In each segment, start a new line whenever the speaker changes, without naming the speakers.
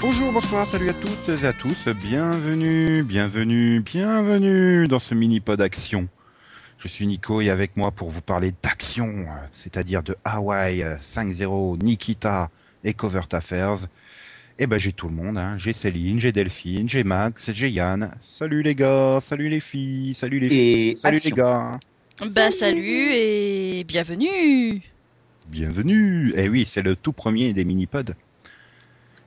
Bonjour, bonsoir, salut à toutes et à tous, bienvenue, bienvenue, bienvenue dans ce mini-pod action. Je suis Nico et avec moi pour vous parler d'action, c'est-à-dire de Hawaii 5-0, Nikita et Covert Affairs. Eh ben j'ai tout le monde, hein. j'ai Céline, j'ai Delphine, j'ai Max, j'ai Yann. Salut les gars, salut les filles, salut les filles,
Et
salut
action.
les gars.
Bah salut et bienvenue
Bienvenue Eh oui, c'est le tout premier des mini-pods.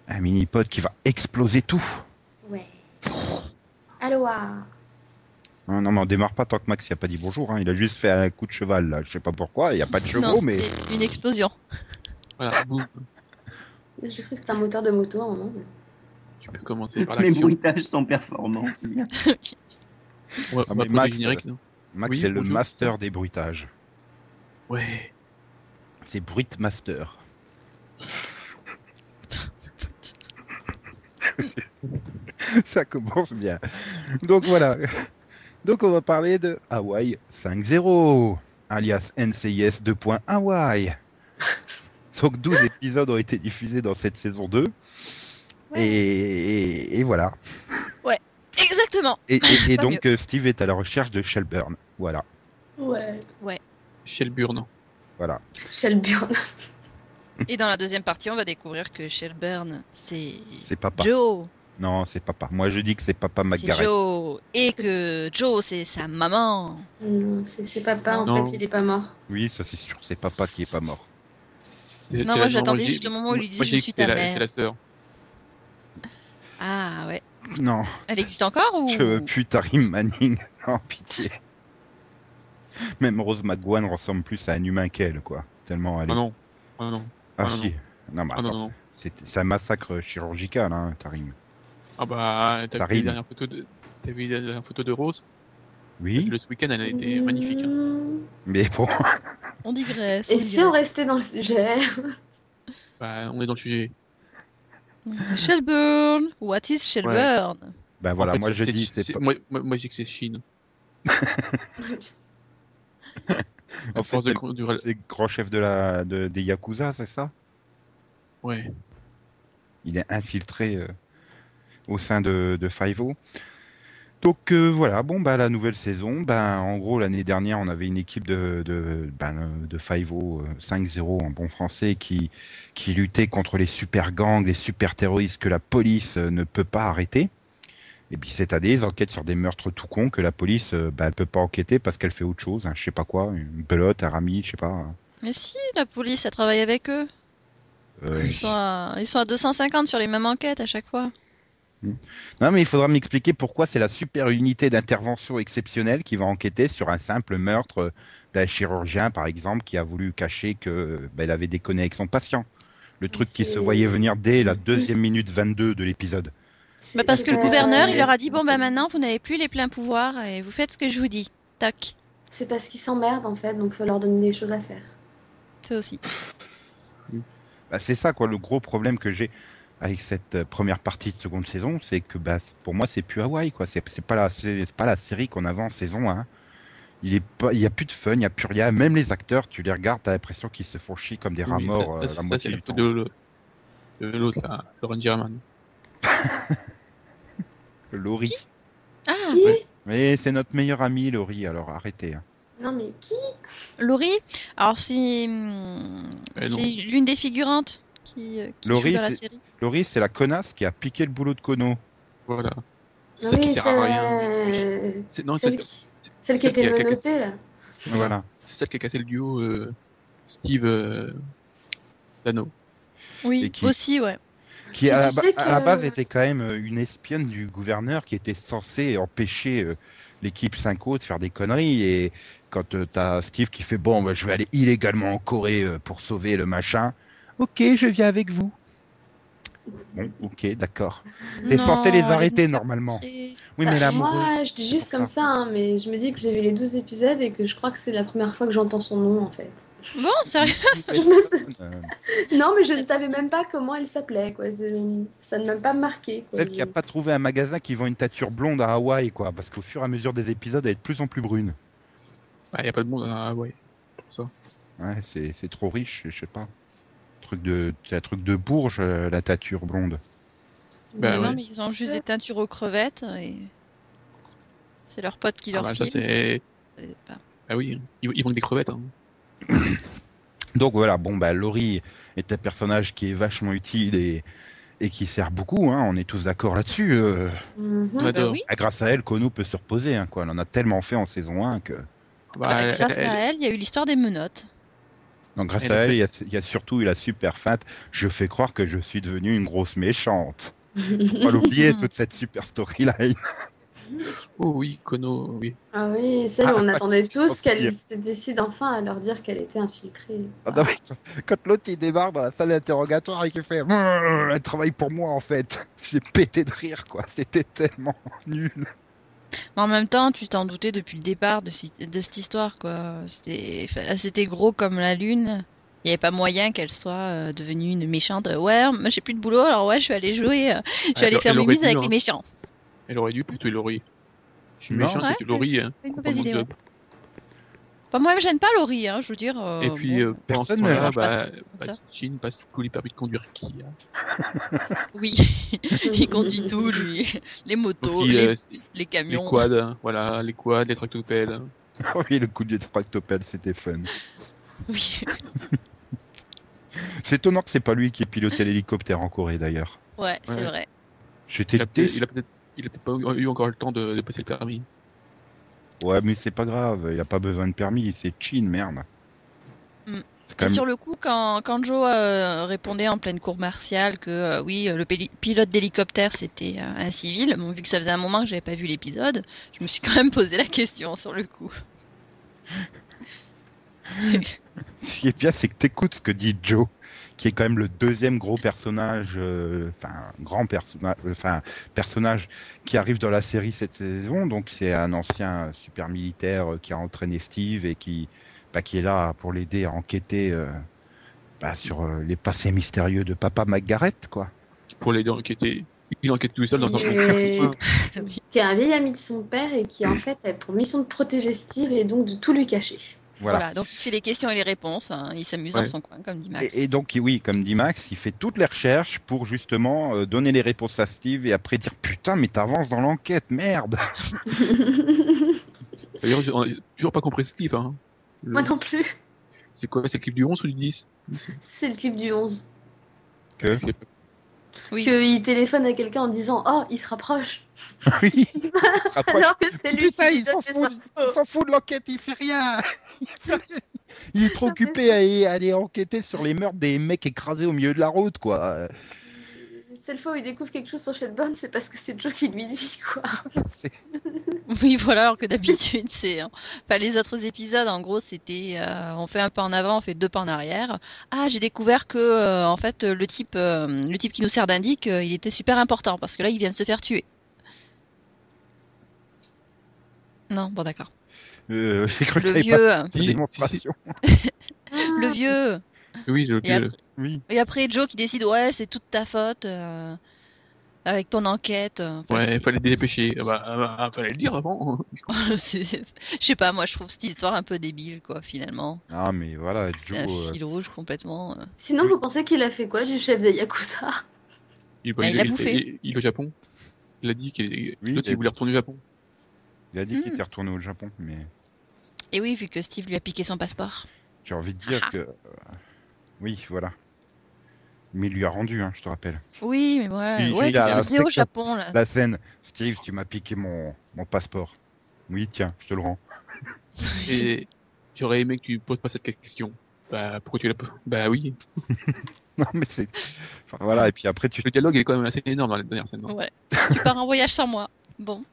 Un mini-pod qui va exploser tout.
Ouais. Aloha.
Hein, non mais on démarre pas tant que Max il a pas dit bonjour, hein. il a juste fait un coup de cheval là, je sais pas pourquoi, il n'y a pas de chevaux
Non,
mais...
c'était une explosion.
Voilà, vous,
J'ai cru que c'était un moteur de moto en nom.
tu peux commencer par
Les
l'action.
bruitages sont performants.
Ouais,
Ah, mais
on va prendre
Max,
le générique, non
Max
Oui,
c'est le
bonjour.
master des bruitages.
Ouais.
C'est Bruit Master. Ça commence bien. Donc voilà. Donc on va parler de Hawaii 5.0, alias NCIS 2.1 Hawaii. Donc 12 épisodes ont été diffusés dans cette saison 2. Et, et- et voilà.
Exactement
Et, et- et
Pas
donc euh, Steve est à la recherche de Shelburne. Voilà.
Ouais.
Shelburne.
Shelburne.
Et dans la deuxième partie, on va découvrir que Shelburne, c'est
C'est papa.
Joe.
Non, c'est papa. Moi je dis que c'est papa
C'est
McGarrett.
Joe. Et que Joe, c'est sa maman.
Non, c'est c'est papa, en
Non.
fait, il est pas mort.
Oui, ça c'est sûr. C'est papa qui est pas mort.
Non, moi, j'attendais juste le moment où il lui dit, je suis ta mère.
C'est la sœur.
Ah ouais.
Non.
Elle existe encore ou
Je veux plus Tarim Manning. Oh, pitié. Même Rose McGowan ressemble plus à un humain qu'elle, quoi. Tellement elle est...
Ah non. Ah non.
Ah,
ah non,
si. Non, mais
Ah non,
attends,
non.
c'est c'est un massacre chirurgical, hein, Tarim.
Ah bah, t'as vu
Tarine.
les dernières photos de... T'as vu les dernières photos de Rose
Oui,
Le ce week-end, elle a été magnifique. hein.
Mmh.
mais bon,
On digresse.
Et
on
si
digresse.
on restait dans le sujet
Bah, on est dans le sujet.
Mm. Shelburne What is Shelburne
ben voilà,
En fait,
moi je
c'est-
dis, c'est pas...
Moi, moi, moi, je dis que c'est Chine.
En
À
fait,
force de
c'est
conduire...
c'est le grand chef de la... de- des Yakuza, c'est ça
Ouais.
Il est infiltré euh, au sein de, de Five-O. Donc euh, voilà, bon bah la nouvelle saison, ben en gros l'année dernière on avait une équipe de de ben, euh, de Five-O, euh, 5-0 en bon français qui qui luttait contre les super gangs, les super terroristes que la police euh, ne peut pas arrêter. Et puis cette année, ils enquêtent sur des meurtres tout cons que la police euh, ben, elle peut pas enquêter parce qu'elle fait autre chose, hein, je sais pas quoi, une pelote, un rami, je sais pas. hein.
Mais si, la police, elle travaille avec eux.
euh,
Ils sont, à... Ils sont à 250 sur les mêmes enquêtes à chaque fois.
Non, mais il faudra m'expliquer pourquoi c'est la super unité d'intervention exceptionnelle qui va enquêter sur un simple meurtre d'un chirurgien, par exemple, qui a voulu cacher que ben, il avait déconné avec son patient. Le truc qui se
c'est-
voyait venir dès la deuxième minute 22 de l'épisode.
Bah parce que le
Euh,
gouverneur, il leur a dit bon bah maintenant vous n'avez plus les pleins pouvoirs et vous faites ce que je vous dis. Tac.
C'est parce qu'ils s'emmerdent, en fait, donc faut leur donner des choses à faire.
Ça aussi.
Bah, c'est ça, quoi, le gros problème que j'ai avec cette euh, première partie de seconde saison, c'est que bah, c'est- pour moi, c'est plus Hawaï, quoi. C'est c'est pas, la- c'est pas la série qu'on avait en saison 1. Il est pas- il y a plus de fun, il y a plus rien. Même les acteurs, tu les regardes, t'as l'impression qu'ils se font chier comme des rats
Oui,
morts
ça-
euh,
ça-
la
Ça, c'est
moitié
la
du temps.
photo de l'autre- de l'autre, là. Laurent Giraman.
Laurie.
Ah,
Qui
ouais.
Mais c'est notre meilleur ami, Laurie, alors arrêtez. hein.
Non, mais qui
Laurie. Alors c'est hum,
Eh non.
c'est l'une des figurantes qui, euh, qui
Laurie,
joue dans la
c'est-
série.
Laurie, c'est la connasse qui a piqué le boulot de Kono.
Voilà. Celle qui
Oui,
sert
c'est.
à rien.
euh,
C'est- Non,
Celle
c'est-
qui... Celle qui
celle qui
était
a- qui a-
menottée, là.
Voilà.
C'est celle qui a cassé le duo euh, Steve euh, Dano.
Et
Oui,
qui-
aussi ouais.
Qui, à la,
Tu sais
ba- à la
que-
base, était quand même euh, une espionne du gouverneur qui était censée empêcher euh, l'équipe 5 de faire des conneries. Et quand euh, t'as Steve qui fait Bon, bah, je vais aller illégalement en Corée euh, pour sauver le machin. Ok, je viens avec vous. Bon, ok, d'accord. T'es
Non,
censé les
elle est
arrêter
venue
normalement.
C'est-
Oui, mais
Bah,
l'amoureuse.
moi, je dis juste
pour
comme
ça.
ça, hein, mais je me dis que j'ai vu les 12 épisodes et que je crois que c'est la première fois que j'entends son nom, en fait.
Bon, sérieux.
Euh,
Non, mais je ne savais même pas comment elle s'appelait, quoi. Je- Ça ne m'a pas marqué. Quoi.
Celle qui a pas trouvé un magasin qui vend une tature blonde à Hawaï, quoi. Parce qu'au fur et à mesure des épisodes, elle est de plus en plus brune.
Il n'y Ah, a pas de monde hein, à Hawaï.
Ouais, c'est c'est trop riche, je sais pas. Truc de, c'est un truc de bourge, euh, la tature blonde.
Bah
Mais Non,
ouais.
mais ils ont juste des teintures aux crevettes et c'est leur pote qui
Ah
leur
bah, ça,
file.
c'est...
C'est pas-
Ah oui, il, il manque des crevettes. hein.
Donc voilà, bon bah Laurie est un personnage qui est vachement utile et, et qui sert beaucoup, hein, on est tous d'accord là-dessus. euh.
Mhm.
Ouais.
Bah
J'adore.
oui,
Ah, grâce à elle, Kono peut se reposer, hein, quoi. Elle en a tellement fait en saison 1 que.
Bah,
bah,
elle-
grâce
elle-
à elle, il y a eu l'histoire des menottes.
Donc grâce
Elle
à
en
elle,
fait-
il y, a, il y a surtout eu la super feinte. Je fais croire que je suis devenue une grosse méchante. Faut pas l'oublier, toute cette super storyline.
Oh oui, Kono, oui.
Ah oui, celle où on
Ah,
attendait tous
c'est
qu'elle
bien.
se décide enfin à leur dire qu'elle était infiltrée.
Ah non, mais Quand l'autre il débarque dans la salle d'interrogatoire et qu'il fait Brrr, Elle travaille pour moi en fait. J'ai pété de rire quoi. C'était tellement nul.
Mais en même temps, tu t'en doutais depuis le départ de, si- de cette histoire, quoi. C'était enfin, c'était gros comme la lune. Il n'y avait pas moyen qu'elle soit euh, devenue une méchante. Euh, Ouais, moi, j'ai plus de boulot, alors ouais, je vais aller jouer, euh, je vais
Elle-
aller faire
elle
mes
aurait
muses
dû,
avec
hein.
les méchants.
Elle aurait dû plutôt Laurie. Je suis
Non.
méchant,
Ouais,
c'est Laurie. hein.
c'est une
Coupe
mauvaise
mon
idée.
job.
Enfin, moi, elle me gêne pas, Laurie, hein, je veux dire. euh,
Et puis,
bon,
euh, pendant ce
personne ne
temps-là,
l'arrange
bah,
ça.
bah, Shin passe tous les permis de conduire qui hein. bah,
Oui,
Ah,
il conduit tout, lui. Les motos,
Donc, il,
les
euh,
bus, les
Les
camions.
quads, hein, voilà, les quads, les tractopelles.
Oh oui, le coup de tractopelle, c'était fun.
Oui,
C'est étonnant que c'est pas lui qui ait piloté l'hélicoptère en Corée d'ailleurs.
ouais, c'est
Ouais.
vrai.
J'étais
Il a peut-être
déçu.
il a peut-être- il a peut-être pas eu eu encore le temps de, de passer le permis.
Ouais, mais c'est pas grave, il a pas besoin de permis, c'est Chin, merde.
Mm.
C'est
Et
quand même-
sur le coup, quand, quand Joe euh, répondait en pleine cour martiale que euh, oui, euh, le péli- pilote d'hélicoptère c'était euh, un civil, bon, vu que ça faisait un moment que j'avais pas vu l'épisode, je me suis quand même posé la question sur le coup. J'ai-
Ce qui est bien, c'est que t'écoutes ce que dit Joe, qui est quand même le deuxième gros personnage, euh, enfin, grand personnage, enfin, personnage qui arrive dans la série cette saison. Donc, c'est un ancien super militaire euh, qui a entraîné Steve et qui, bah, qui est là pour l'aider à enquêter euh, bah, sur euh, les passés mystérieux de Papa McGarrett, quoi.
Pour les enquêter. Il enquête tout seul dans son
Et-
Oui.
qui est un vieil ami de son père et qui en fait a pour mission de protéger Steve et donc de tout lui cacher.
Voilà.
voilà, donc il fait les questions et les réponses, hein, il s'amuse
Ouais.
dans son coin, comme dit Max.
Et, et donc, oui, comme dit Max, il fait toutes les recherches pour justement euh, donner les réponses à Steve et après dire Putain, mais t'avances dans l'enquête, merde
D'ailleurs, on a toujours pas compris ce clip. Hein. Le-
Moi non plus.
C'est quoi C'est le clip du 11 ou du 10
C'est le clip du 11.
Que
Je sais pas.
Oui.
Qu'il téléphone à quelqu'un en disant Oh, il se rapproche.
Oui il se rapproche.
Alors que c'est lui
Putain,
qui
il
donne
s'en
ses
fout.
Oh.
Il
infos.
s'en fout de l'enquête, il fait rien. Il fait rien. Il est trop occupé à, à aller enquêter sur les meurtres des mecs écrasés au milieu de la route, quoi.
La seule fois où il découvre quelque chose sur Shelburne, c'est parce que c'est Joe qui lui dit quoi.
C'est-
Oui, voilà, alors que d'habitude, c'est. Enfin, les autres épisodes, en gros, c'était. euh, on fait un pas en avant, on fait deux pas en arrière. Ah, j'ai découvert que, euh, en fait, le type, euh, le type qui nous sert d'indique, euh, il était super important parce que là, il vient de se faire tuer. Non, bon, d'accord.
Euh, J'ai cru que
Le
t'avais
vieux. euh,
pas fait de démonstration.
Le vieux.
Oui, je,
Et après,
Oui.
et après, Joe qui décide, ouais, c'est toute ta faute. euh, avec ton enquête. euh, enfin,
ouais,
c'est-
fallait dépêcher. Ah bah, ah bah, fallait le dire avant.
c'est- Je sais pas, moi, je trouve cette histoire un peu débile, quoi, finalement.
Ah, mais voilà,
C'est un
Joe. euh,
fil rouge complètement. euh.
Sinon, vous pensez qu'il a fait quoi du chef des Yakuza
Il,
Ah, il l'a bouffé.
il- il est au Japon. Il a dit qu'il
Oui,
l'autre,
il a
il voulait retourner au Japon.
Il a dit qu'il
Hmm.
était retourné au Japon, mais
Et oui, vu que Steve lui a piqué son passeport.
j'ai envie de
Ah.
dire que. euh, Oui, voilà. Mais il lui a rendu, hein, je te rappelle.
Oui, mais voilà.
Il-
ouais,
il
qu'est-ce
a
que c'est au
fait
Japon, là
La scène Steve, tu m'as piqué mon, mon passeport. Oui, tiens, je te le rends.
Et j'aurais aimé que tu poses pas cette question. Bah, pourquoi tu l'as pas Bah oui.
Non, mais c'est. Enfin, voilà, et puis après, tu
Le dialogue est quand même assez énorme dans la dernière scène. hein. non
Ouais. tu pars en voyage sans moi. Bon.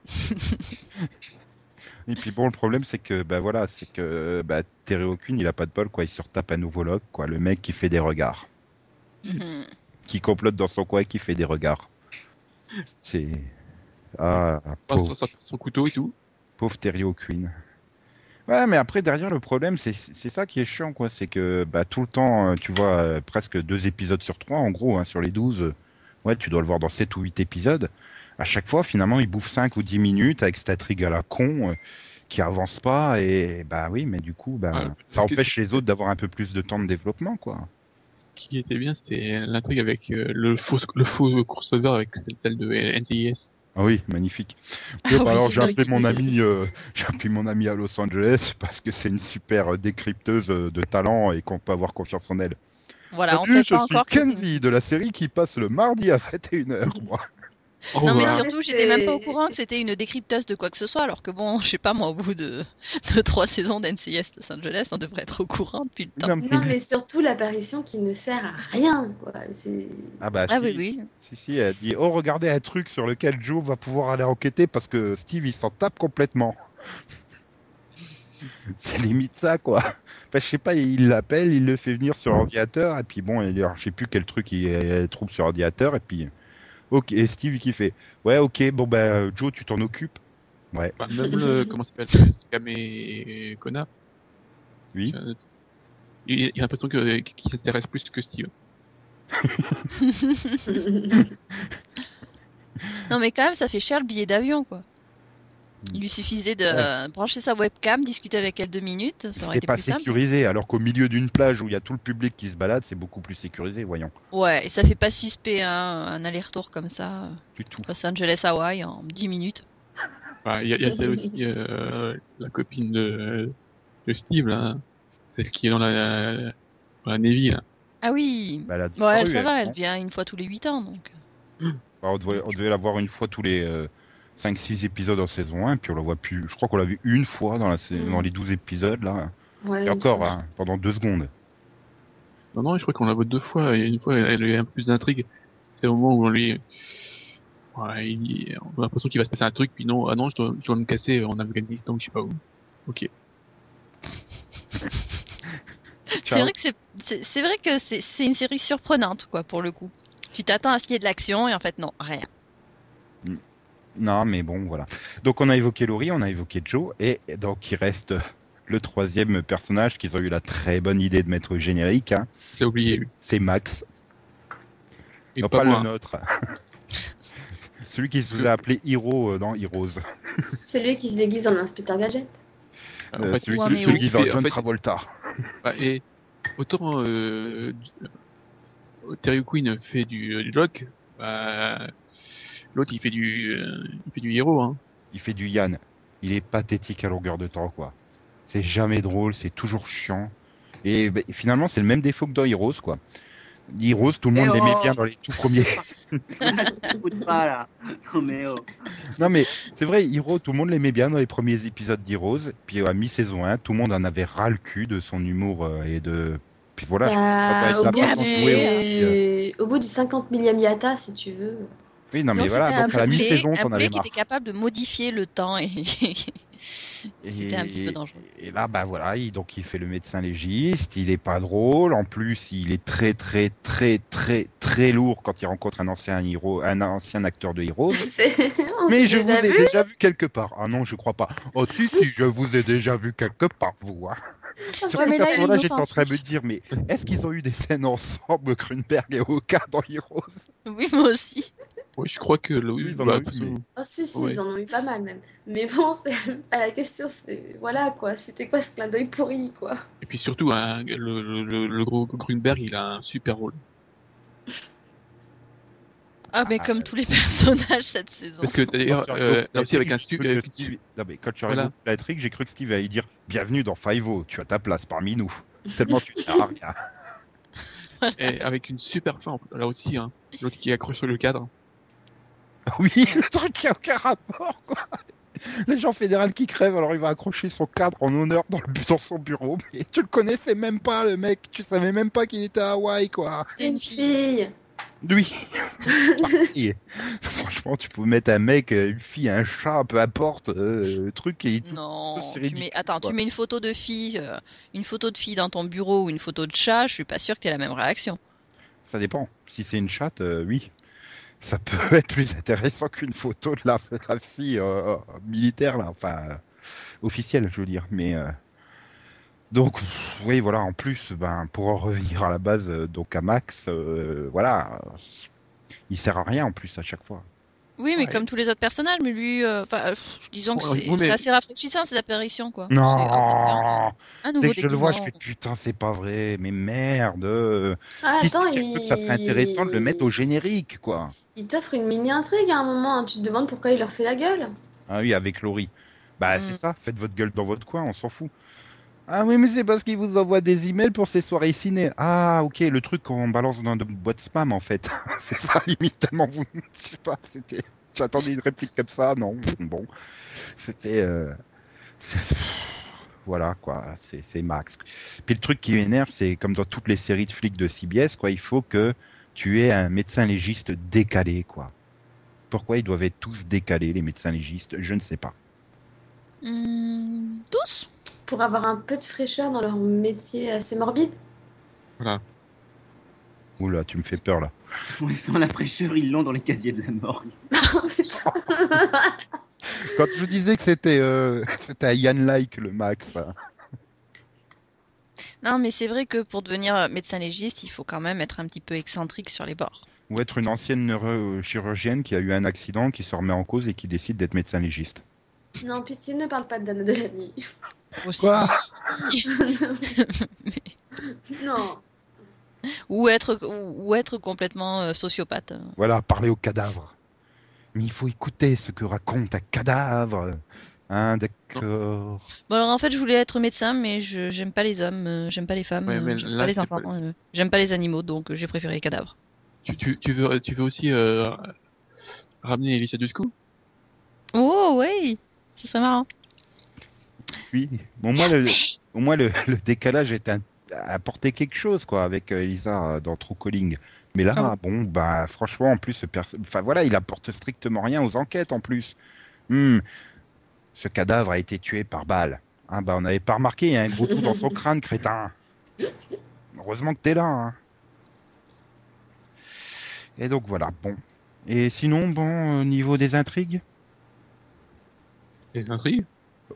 Et puis bon, le problème, c'est que bah voilà, c'est que bah, Terry O'Quinn, il a pas de bol, quoi. Il se retape à nouveau Locke, quoi. Le mec qui fait des regards,
Mhm.
qui complote dans son coin, et qui fait des regards. C'est ah
Pas
pauvre,
sans- sans- son couteau et tout.
pauvre Terry O'Quinn. Ouais, mais après derrière le problème, c'est c'est ça qui est chiant, quoi. C'est que bah tout le temps, euh, tu vois, euh, presque deux épisodes sur trois, en gros, hein, sur les 12 euh, Ouais, tu dois le voir dans 7 ou 8 épisodes. À chaque fois, finalement, il bouffe 5 ou 10 minutes avec cette intrigue à la con euh, qui avance pas. Et bah oui, mais du coup, bah,
Ouais,
ça
qu'est-ce
empêche les autres d'avoir un peu plus de temps de développement, quoi.
qui était bien, c'était l'intrigue avec euh, le faux le faux crossover avec celle de NCIS.
Ah oui, magnifique.
Ah
Oui, bah
oui,
alors
c'est
j'ai appelé
magnifique.
mon ami, euh, j'ai appelé mon ami à Los Angeles parce que c'est une super euh, décrypteuse euh, de talent et qu'on peut avoir confiance en elle.
Voilà, on
Salut,
sait
je
pas
suis
encore. que c'est une-
Kenzie de la série qui passe le mardi à 21h. Moi.
Oh,
Non mais
voilà.
surtout, j'étais même pas au courant que c'était une décrypteuse de quoi que ce soit, alors que bon, je sais pas moi, au bout de, de trois saisons d'NCIS Los Angeles, on devrait être au courant depuis le temps.
Non,
Non, mais surtout l'apparition qui ne sert à rien, quoi. C'est...
Ah bah
Ah
si,
oui, oui.
si, si, elle dit oh regardez un truc sur lequel Joe va pouvoir aller enquêter parce que Steve il s'en tape complètement. c'est limite ça quoi. Enfin, je sais pas, il l'appelle, il le fait venir sur ordinateur et puis bon, il, alors, je sais plus quel truc il, elle trouve sur ordinateur et puis ok et Steve qui fait ouais ok bon ben Joe tu t'en occupes.
Enfin, même le, comment ça s'appelle Kamé Kona.
Oui.
euh, Il il a l'impression que qu'il s'intéresse plus que Steve.
Non mais quand même, ça fait cher le billet d'avion, quoi. Il lui suffisait de euh, brancher sa webcam, discuter avec elle deux minutes, ça aurait
C'est
été
pas
plus simple.
sécurisé alors qu'au milieu d'une plage où il y a tout le public qui se balade c'est beaucoup plus sécurisé voyons
Ouais, et ça fait pas suspect, hein, un aller-retour comme ça, euh,
du tout.
Los Angeles-Hawaï en 10 minutes.
Enfin, Il y a, il y a celle aussi euh, la copine de, de Steve là, celle qui est dans la, dans la Navy là.
Ah oui
Bah, elle a
Bon, elle,
disparu,
ça va,
non
elle vient une fois tous les 8 ans, donc...
Bah, on devait, on devait la voir une fois tous les 5-6 épisodes en saison 1, puis on la voit plus. Je crois qu'on l'a vu une fois dans, la, sa-
Mm. Ah,
dans les 12 épisodes, là.
Ouais,
Et encore, hein, pendant deux secondes.
Non, non, je crois qu'on la voit deux fois. Et une fois, elle elle a un peu plus d'intrigue. C'était au moment où on lui. Ouais, il- on a l'impression qu'il va se passer un truc, puis non, ah non, je dois, je dois me casser en Afghanistan, je sais pas où. Ok.
C'est vrai que c'est- c'est c'est vrai que c'est c'est une série surprenante quoi pour le coup. Tu t'attends à ce qu'il y ait de l'action et en fait non rien.
Non, mais bon, voilà. Donc on a évoqué Laurie, on a évoqué Joe, et donc il reste le troisième personnage qu'ils ont eu la très bonne idée de mettre au générique. hein.
J'ai oublié. lui.
C'est Max.
Et
non, pas,
moi.
le nôtre. Celui qui se faisait appeler Hiro euh, dans Heroes.
Celui qui se déguise en inspecteur gadget.
En
Euh,
fait,
celui
Ouais,
qui
mais
celui qui
on-
va en
en
John
fait-
Travolta.
bah, et autant euh, du- Terry Quinn fait du, du lock, bah, l'autre il fait du, euh, il fait du héros. Hein.
il fait du Yann. Il est pathétique à longueur de temps, quoi. C'est jamais drôle, c'est toujours chiant. Et ben, finalement, c'est le même défaut que dans Heroes, quoi. Heroes, tout le monde l'aimait
Heroes.
bien dans les tout premiers.
Coup de pas là. Non mais oh.
non, mais c'est vrai, Hero, tout le monde l'aimait bien dans les premiers épisodes d'Heroes. Puis à mi-saison 1, tout le monde en avait ras le cul de son humour euh, et de. Puis voilà, je
Bah,
pense que ça
au,
doit- ça
bout
a pas joué aussi. euh.
du... au bout du 50 millième yata, si tu veux.
Oui, non, mais
Donc, c'était
voilà,
un
donc à la
boulet-
mi-saison,
un
t'en
boulet
avais
qui
marre.
était capable de modifier le temps et c'était un petit peu
Et-
dangereux.
Et là, bah voilà, il, donc il fait le médecin légiste, il est pas drôle, en plus il est très très très très très lourd quand il rencontre un ancien héros, un ancien acteur de héros.
C'est- on
Mais
s'est
je vous
déjà
ai
vu.
déjà vu quelque part. Ah non, je crois pas. Oh si si, je vous ai déjà vu quelque part, vous. Hein. Surtout
mais
qu'à
là,
ce
il est
moment-là, j'étais en train de me
inoffensif.
dire, mais est-ce qu'ils ont eu des scènes ensemble, Grunberg et Oka dans Heroes
Oui moi aussi.
Ouais, je crois que le, bah,
Oui, ils en ont eu, mais-
Ah si, si,
Ouais.
ils en ont eu pas mal même. Mais bon, c'est même pas la question. c'est- Voilà quoi, c'était quoi ce clin d'œil pourri quoi
Et puis surtout, hein, le, le, le, le gros Grunberg, il a un super rôle.
Ah mais
Ah,
comme tous les personnages cette saison.
Parce que d'ailleurs,
Quand tu
euh,
regardes
là aussi avec un
Patrick,
stu-
j'ai
euh,
cru que Steve- Non, mais quand tu as
Voilà.
regardé Patrick, j'ai cru que Steve allait dire Bienvenue dans Five-O, tu as ta place parmi nous. Tellement tu ne sers à rien.
et avec une super fin, là aussi, hein, l'autre qui accroche sur le cadre.
Oui, le truc qui a aucun rapport, quoi. L'agent fédéral qui crève, alors il va accrocher son cadre en honneur dans, le, dans son bureau. Mais tu le connaissais même pas, le mec. Tu savais même pas qu'il était à Hawaï, quoi.
C'était une fille.
Oui. Et franchement, tu peux mettre un mec, une fille, un chat, peu importe, euh, le truc, et
Non.
C'est
Tu mets...
ridicule,
Attends,
quoi.
tu mets une photo de fille, euh, une photo de fille dans ton bureau ou une photo de chat, je suis pas sûr que t'aies la même réaction.
ça dépend. Si c'est une chatte, euh, oui. Ça peut être plus intéressant qu'une photo de la, la fille euh, militaire, là, enfin, euh, officielle, je veux dire. Mais euh, donc, pff, oui, voilà. En plus, ben, pour en revenir à la base, euh, donc à Max, euh, voilà, euh, il sert à rien en plus à chaque fois.
Oui, mais
Ouais.
comme tous les autres personnages, mais lui, euh, enfin, euh, pff, disons que
Ouais,
c'est
oui, mais-
c'est assez rafraîchissant ces apparitions, quoi. C'est un-
Non
Un nouveau
Dès que je le vois, je
déguisement.
fais putain, c'est pas vrai, mais merde euh,
Ah,
Qui
attends,
c'est qui a cru que ça serait
il-
intéressant de le mettre au générique, quoi
Il t'offre une mini intrigue à un moment. hein. Tu te demandes pourquoi il leur fait la gueule.
Ah oui, avec Laurie. Bah,
Mm.
c'est ça, faites votre gueule dans votre coin, on s'en fout. Ah oui, mais c'est parce qu'il vous envoie des emails pour ses soirées ciné. Ah, ok, le truc qu'on balance dans une boîte spam, en fait. c'est ça, limite, tellement vous. Je sais pas, c'était. J'attendais une réplique comme ça, non. Bon. C'était. euh, c'est- Voilà, quoi, c'est c'est max. Puis le truc qui m'énerve, c'est comme dans toutes les séries de flics de CBS, quoi, il faut que tu aies un médecin légiste décalé, quoi. Pourquoi ils doivent être tous décalés, les médecins légistes Je ne sais pas.
Hmm, tous
Pour avoir un peu de fraîcheur dans leur métier assez morbide.
Oula, tu me fais peur là.
Dans la fraîcheur, ils l'ont dans les casiers de la morgue.
Oh, Quand je disais que c'était euh, c'était à Yann Like le max. hein.
Non, mais c'est vrai que pour devenir euh, médecin légiste, il faut quand même être un petit peu excentrique sur les bords.
Ou être une ancienne neurochirurgienne qui a eu un accident, qui se remet en cause et qui décide d'être médecin légiste.
non, pitié, ne parle pas de Dana Delany.
Aussi.
Quoi
non.
ou, être, ou, ou être complètement euh, sociopathe.
Voilà, parler au cadavre. Mais il faut écouter ce que raconte un cadavre. Hein, d'accord.
Bon, alors en fait, je voulais être médecin, mais je j'aime pas les hommes, euh, j'aime pas les femmes,
Ouais, mais
euh, j'aime
là,
pas les
c'est
enfants,
pas-
euh, j'aime pas les animaux, donc euh, j'ai préféré les cadavres.
Tu, tu, tu, veux, tu veux aussi euh, ramener Elisa Dushku
Oh, ouais Ce serait marrant.
Oui. Bon, au moins, le, au moins, le- le décalage est un, apporté quelque chose quoi avec euh, Elisa euh, dans True Calling. Mais là,
Ah
bon, bah franchement, en plus, ce perso- enfin voilà, il apporte strictement rien aux enquêtes en plus. Hmm. Ce cadavre a été tué par balle. Hein, bah on n'avait pas remarqué, il y a un gros trou dans son crâne, crétin. Heureusement que t'es là. hein. Et donc voilà, bon. Et sinon, bon, au niveau des intrigues.
Les intrigues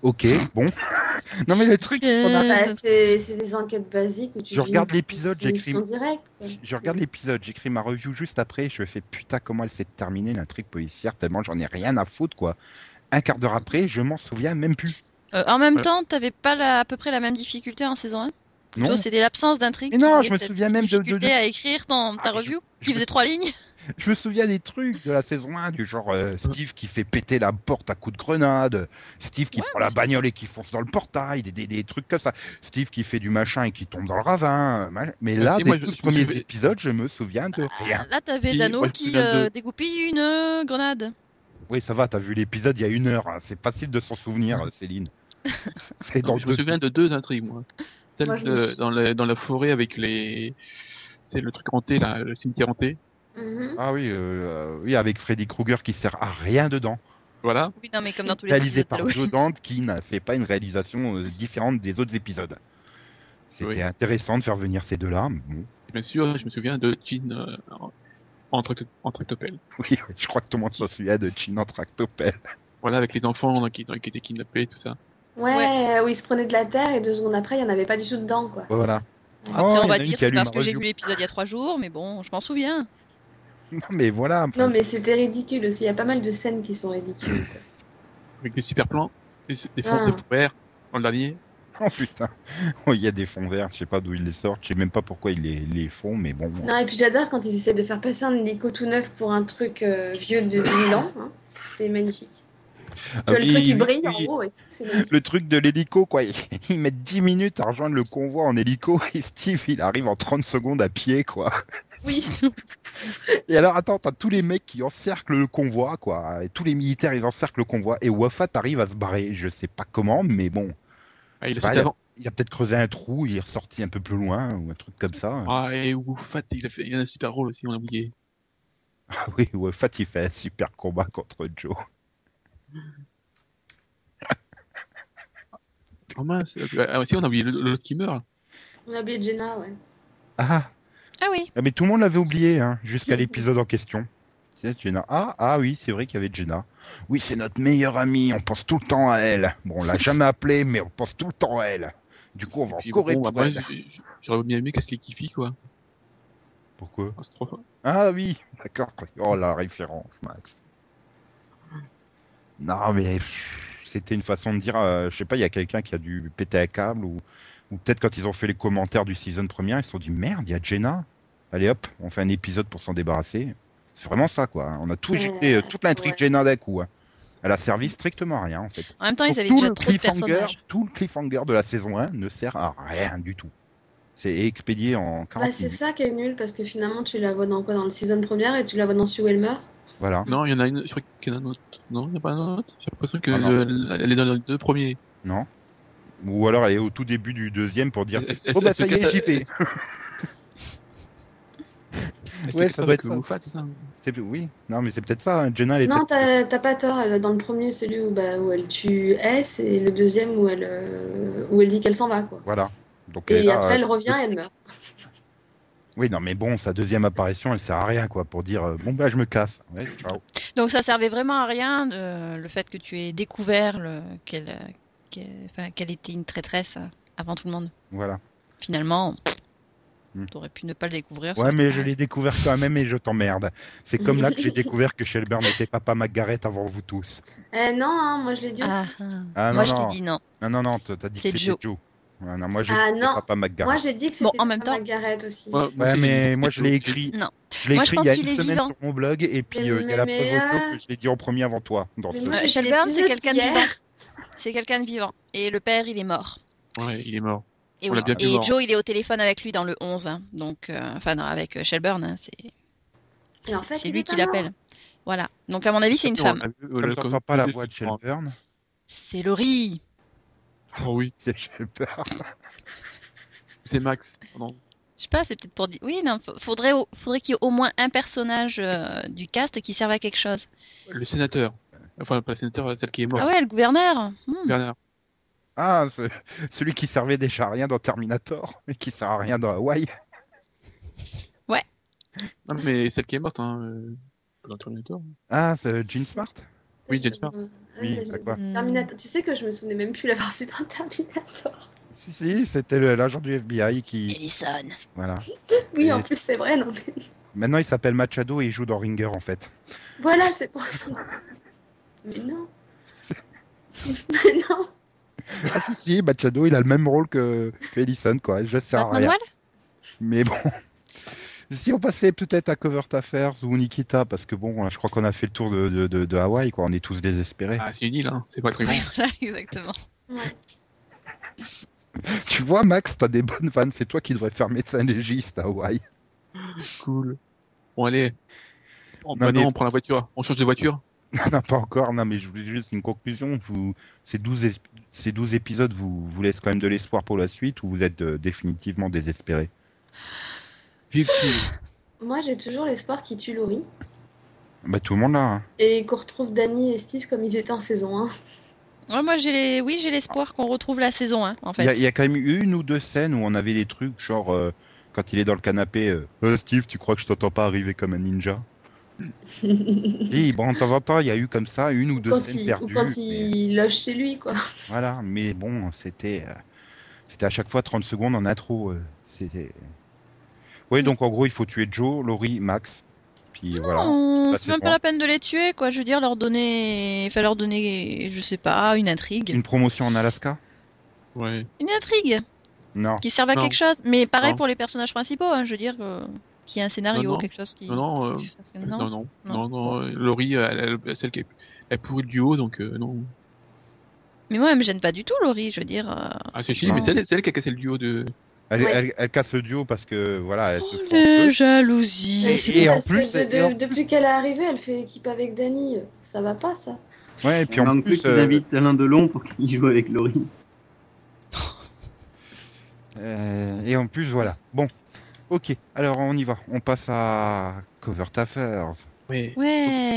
Ok, bon. non mais le truc, c'est qu'on a-
Bah, c'est c'est des enquêtes basiques où tu
Je
vis
regarde
une
l'épisode, j'écris-
solution directe.
Je je regarde l'épisode, j'écris ma review juste après, je fais putain comment elle s'est terminée l'intrigue policière, tellement j'en ai rien à foutre quoi. Un quart d'heure après, je m'en souviens même plus.
Euh, en même
Ouais.
temps, t'avais pas la- à peu près la même difficulté en saison 1
Non,
Plutôt, C'était l'absence d'intrigue.
Mais
qui
non,
faisait
je me
ta-
souviens
ta
même de- de-
difficulté
de-
à écrire ton, ta
Ah, je-
review,
je
qui
me-
faisait trois lignes.
je me souviens des trucs de la saison 1, du genre euh, Steve qui fait péter la porte à coups de grenade, Steve qui
Ouais,
prend
mais
la
c'est-
bagnole et qui fonce dans le portail, des, des- des trucs comme ça, Steve qui fait du machin et qui tombe dans le ravin. euh, mach- Mais
Ah,
là,
si,
des
moi, je-
tous
je-
premiers
je-
épisodes, je me souviens de rien.
Là, t'avais
Si,
Dano
ouais,
qui
Suzanne
euh,
de-
dégoupille une euh, grenade.
Oui, ça va, t'as vu l'épisode il y a une heure, hein, c'est facile de s'en souvenir, Céline. C'est dans
Non, Je me
deux
souviens de deux intrigues, moi. Celle
Moi, je
de-
me suis-
dans, la, dans la forêt avec les. C'est le truc hanté, là, le cimetière hanté.
Mhm.
Ah oui, euh, euh, oui, avec Freddy Krueger qui sert à rien dedans,
Voilà.
Oui, non, mais comme dans tous les
réalisé
épisodes
par
d'Halloween.
Joe Dante qui n'a fait pas une réalisation euh, différente des autres épisodes. C'était
Oui.
intéressant de faire venir ces deux-là. mais Bon.
Et bien sûr, je me souviens de Jean euh, en- en tract- en tractopelle.
Oui, oui, je crois que tout le monde s'en souvient de Chin en tractopelle.
Voilà, avec les enfants là, qui, qui étaient kidnappés et tout ça.
Ouais, où ils se prenaient de la terre et deux secondes après, il n'y en avait pas du tout dedans, quoi.
Voilà. Oh, il
Après,
y en
Ah, on
a
va
une
dire
qui a
c'est
lu
parce
ma
que j'ai
review.
vu l'épisode il y a trois jours, mais bon, je m'en souviens.
Non, mais voilà. enfin,
Non, mais c'était ridicule aussi. Il y a pas mal de scènes qui sont ridicules. quoi.
Avec des super plans, des, des fonds
Ah.
des fonds verts dans le dernier.
Oh putain. Oh, Il y a des fonds verts, je sais pas d'où ils les sortent, je sais même pas pourquoi ils les, les font, mais bon.
Non, et puis j'adore quand ils essaient de faire passer un hélico tout neuf pour un truc euh, vieux de 2000 ans. hein. C'est magnifique.
Ah
Que le
oui,
truc
oui,
il brille en
oui.
haut, ouais, c'est magnifique.
le truc de l'hélico, quoi. Ils mettent 10 minutes à rejoindre le convoi en hélico et Steve, il arrive en 30 secondes à pied, quoi.
Oui,
Et alors, attends, t'as tous les mecs qui encerclent le convoi, quoi. Et tous les militaires, ils encerclent le convoi. Et Wafat arrive à se barrer. Je sais pas comment, mais bon.
Ah, il a
Bah,
sauté avant.
Il a peut-être creusé un trou, il est ressorti un peu plus loin, ou un truc comme ça.
Ah, et Woufat, il a fait il a un super rôle aussi, on l'a oublié.
Ah oui, Wafat, il fait un super combat contre Joe.
Oh mince, ah, aussi, on a oublié le- l'autre qui meurt.
on a oublié Jenna, ouais.
Ah,
Ah oui.
ah, mais tout le monde l'avait oublié, hein, jusqu'à l'épisode en question. C'est Jenna. Ah, ah oui, c'est vrai qu'il y avait Jenna. Oui, c'est notre meilleure amie, on pense tout le temps à elle. Bon, on l'a jamais appelée, mais on pense tout le temps à elle. Du coup, on va
Puis,
encore
bon, bah,
répondre
après,
à elle.
j- j- j'aurais bien aimé qu'est-ce qu'il kiffe, quoi.
Pourquoi
Ah, C'est trop fort.
Ah oui, d'accord. Oh la référence, Max. Non, mais pff, c'était une façon de dire, euh, je sais pas, il y a quelqu'un qui a dû péter un câble ou, ou peut-être quand ils ont fait les commentaires du season première, ils se sont dit merde, il y a Jenna. Allez hop, on fait un épisode pour s'en débarrasser. C'est vraiment ça, quoi. hein. On a tout
Euh,
éjecté, euh, toute l'intrigue
ouais.
Jenna d'un coup. hein. Elle a servi strictement à rien, en fait.
En même temps, ils
Donc,
avaient
tout
déjà
le
trop de
cliffhanger-
personnages.
Tout le cliffhanger de la saison 1 ne sert à rien du tout. C'est expédié en 40
Bah, c'est
minutes.
ça qui est nul parce que finalement tu la vois dans quoi Dans le season première et tu la vois dans Sue Elmer
Voilà.
Non, il y en a une, je crois qu'il y en a une autre. Non, il n'y a pas un autre. J'ai l'impression que
Ah, non.
euh, elle est dans les deux premiers.
Non Ou alors elle est au tout début du deuxième pour dire
Elle- elle-
Oh bah
elle se
ça y est,
casse-
j'y vais
elle se
Ouais,
casse
ça
avec
doit être
le
ça.
Moffat, c'est ça.
C'est- Oui, non mais c'est peut-être ça, hein. Jenna elle est
Non,
peut-être-
t'as t'as pas tort. elle- Dans le premier, celui où, bah, où elle tue S et le deuxième où elle, euh, où elle dit qu'elle s'en va. quoi.
Voilà. Donc
Et,
elle est là,
après,
euh,
elle revient et elle meurt.
Oui, non mais bon, sa deuxième apparition elle sert à rien quoi, pour dire euh, Bon bah je me casse. Ouais, ciao.
Donc ça servait vraiment à rien euh, le fait que tu aies découvert le- qu'elle euh, qu'elle- enfin, qu'elle était une traîtresse euh, avant tout le monde.
Voilà.
Finalement,
Hmm.
t'aurais pu ne pas le découvrir. ça
Ouais,
aurait
mais
été
je
pareil.
l'ai découvert quand même et je t'emmerde. C'est comme là que j'ai découvert que Shelburne était papa McGarrett avant vous tous.
Eh non, hein, moi je l'ai dit. aussi.
Ah, ah.
Ah, non,
Moi, je t'ai
non.
dit non.
Non, non, non, t- t'as dit que
C'est
c'était Joe.
Joe.
Ouais, non, moi j'ai
Ah,
dit que
non.
papa
Moi
McGarrett.
j'ai dit que c'était
Bon, en même temps-
Margaret aussi.
Ouais,
Ouais,
j'ai-
mais
j'ai-
moi je l'ai
j'ai-
écrit.
Non.
Je l'ai
Moi, je
écrit
pense
il y a
qu'il
une
est
semaine
vivant.
sur mon blog et puis euh, il y a la preuve
Mais,
au blog
euh,
que je l'ai dit en premier avant toi. Dans
Mais
ce-
moi,
Euh,
j'ai
Shelburne, c'est
l'épisode
quelqu'un de
hier.
vivant. C'est quelqu'un de vivant. Et le père, il est mort.
Ouais, il est mort.
Et,
On
oui.
l'a bien pu
Et
voir.
Joe, il est au téléphone avec lui dans le 11. hein. Donc, euh, enfin, non, avec euh, Shelburne. hein, c'est
Et en fait,
c'est
il
lui
est
qui
pas mort.
l'appelle. Voilà. Donc, à mon avis, c'est une
Exactement,
femme.
on a vu, euh,
Comme
le-
t'entends
comme-
pas la voix de Shelburne,
C'est Laurie.
Oh oui,
c'est Shelburne.
c'est Max. Pardon.
Je sais pas, c'est peut-être pour dire. Oui, non, fa- faudrait, au- faudrait qu'il y ait au moins un personnage euh, du cast qui serve à quelque chose.
Le sénateur. Enfin, pas le sénateur, celle qui est morte.
Ah ouais, le gouverneur. Hmm.
Bernard.
Ah, ce- celui qui servait déjà à rien dans Terminator et qui sert à rien dans Hawaii.
Non, mais celle qui est morte, hein. euh, Dans le Terminator.
Ah, c'est Gene Smart
Oui, j'espère.
Ouais,
Oui,
mais
bah
je-
quoi.
Terminator. Tu sais que je me souvenais même plus l'avoir vu dans Terminator.
Si, si, c'était le- l'agent du FBI qui.
Ellison.
Voilà.
Oui, en
Et-
plus, c'est vrai. Non, mais...
Maintenant, il s'appelle Machado et il joue dans Ringer en fait.
Voilà, c'est pour ça. Mais non. Mais non.
Ah, si, si, Machado, il a le même rôle que que Ellison, quoi. Je sert à
Batman
rien.
Wall
Mais bon. Si on passait peut-être à Covert Affairs ou Nikita, parce que bon, je crois qu'on a fait le tour de, de, de- de Hawaï, quoi. On est tous désespérés.
Ah, c'est une île, hein. C'est pas très grand.
Oui, voilà, exactement.
Ouais.
Tu vois, Max, t'as des bonnes vannes. C'est toi qui devrais faire médecin légiste à Hawaï.
Cool. Bon, allez. On,
Non,
maintenant,
mais-
on prend la voiture. On change de voiture.
non, pas encore. Non, mais je voulais juste une conclusion. Vous, ces 12, es- ces 12 épisodes vous, vous laissent quand même de l'espoir pour la suite ou vous êtes euh, définitivement désespérés
Vive qui
Moi, j'ai toujours l'espoir qu'ils tuent Laurie
Bah, tout le monde là. hein.
et qu'on retrouve Danny et Steve comme ils étaient en saison 1.
Ouais, moi, j'ai les... oui, j'ai l'espoir qu'on retrouve la saison 1, en
Il y, a-
fait.
il y a quand même eu une ou deux scènes où on avait des trucs, genre euh, quand il est dans le canapé, euh, Euh, Steve, tu crois que je t'entends pas arriver comme un ninja Oui, bon, de temps en temps, il y a eu comme ça une ou deux
quand
scènes
il, ou
perdues.
quand
mais
il loge chez lui, quoi.
Voilà, mais bon, c'était euh, c'était à chaque fois 30 secondes en intro. euh, c'était- Oui, donc en gros, il faut tuer Joe, Laurie, Max. Puis voilà.
Non,
Bah,
c'est
c'est
même
ça.
pas la peine de les tuer, quoi. Je veux dire, leur donner, enfin, leur donner, je sais pas, une intrigue.
Une promotion en Alaska
Ouais.
Une intrigue
Non.
qui serve à
Non.
quelque chose. Mais pareil
Non.
pour les personnages principaux, hein, je veux dire, euh, qu'il y a un scénario,
Non, non.
quelque chose qui.
Non, non, euh,
qui fasse que-
Non,
non.
non.
non.
Non, non. euh, Laurie, elle, elle- celle qui est. Elle pourrit le duo, donc euh, non.
Mais moi, elle me gêne pas du tout, Laurie, je veux dire. euh,
Ah, c'est
Non.
chiant, mais c'est elle, c'est elle qui a cassé le duo de.
Elle,
Ouais.
elle- elle casse le duo parce que voilà. Elle se
Oh,
fout un
la
peu.
jalousie.
Et-
Surtout
et en
parce que
plus-
de-
et en
de-
plus-
depuis qu'elle est arrivée, elle fait équipe avec Danny. Ça va pas, ça.
Ouais, et puis en
manque
plus,
qu'ils
euh,
invitent Alain Delon pour qu'il joue avec Laurie.
euh, et en plus, voilà. Bon, ok. Alors on y va. On passe à Covert Affairs.
Ouais.
Ouais.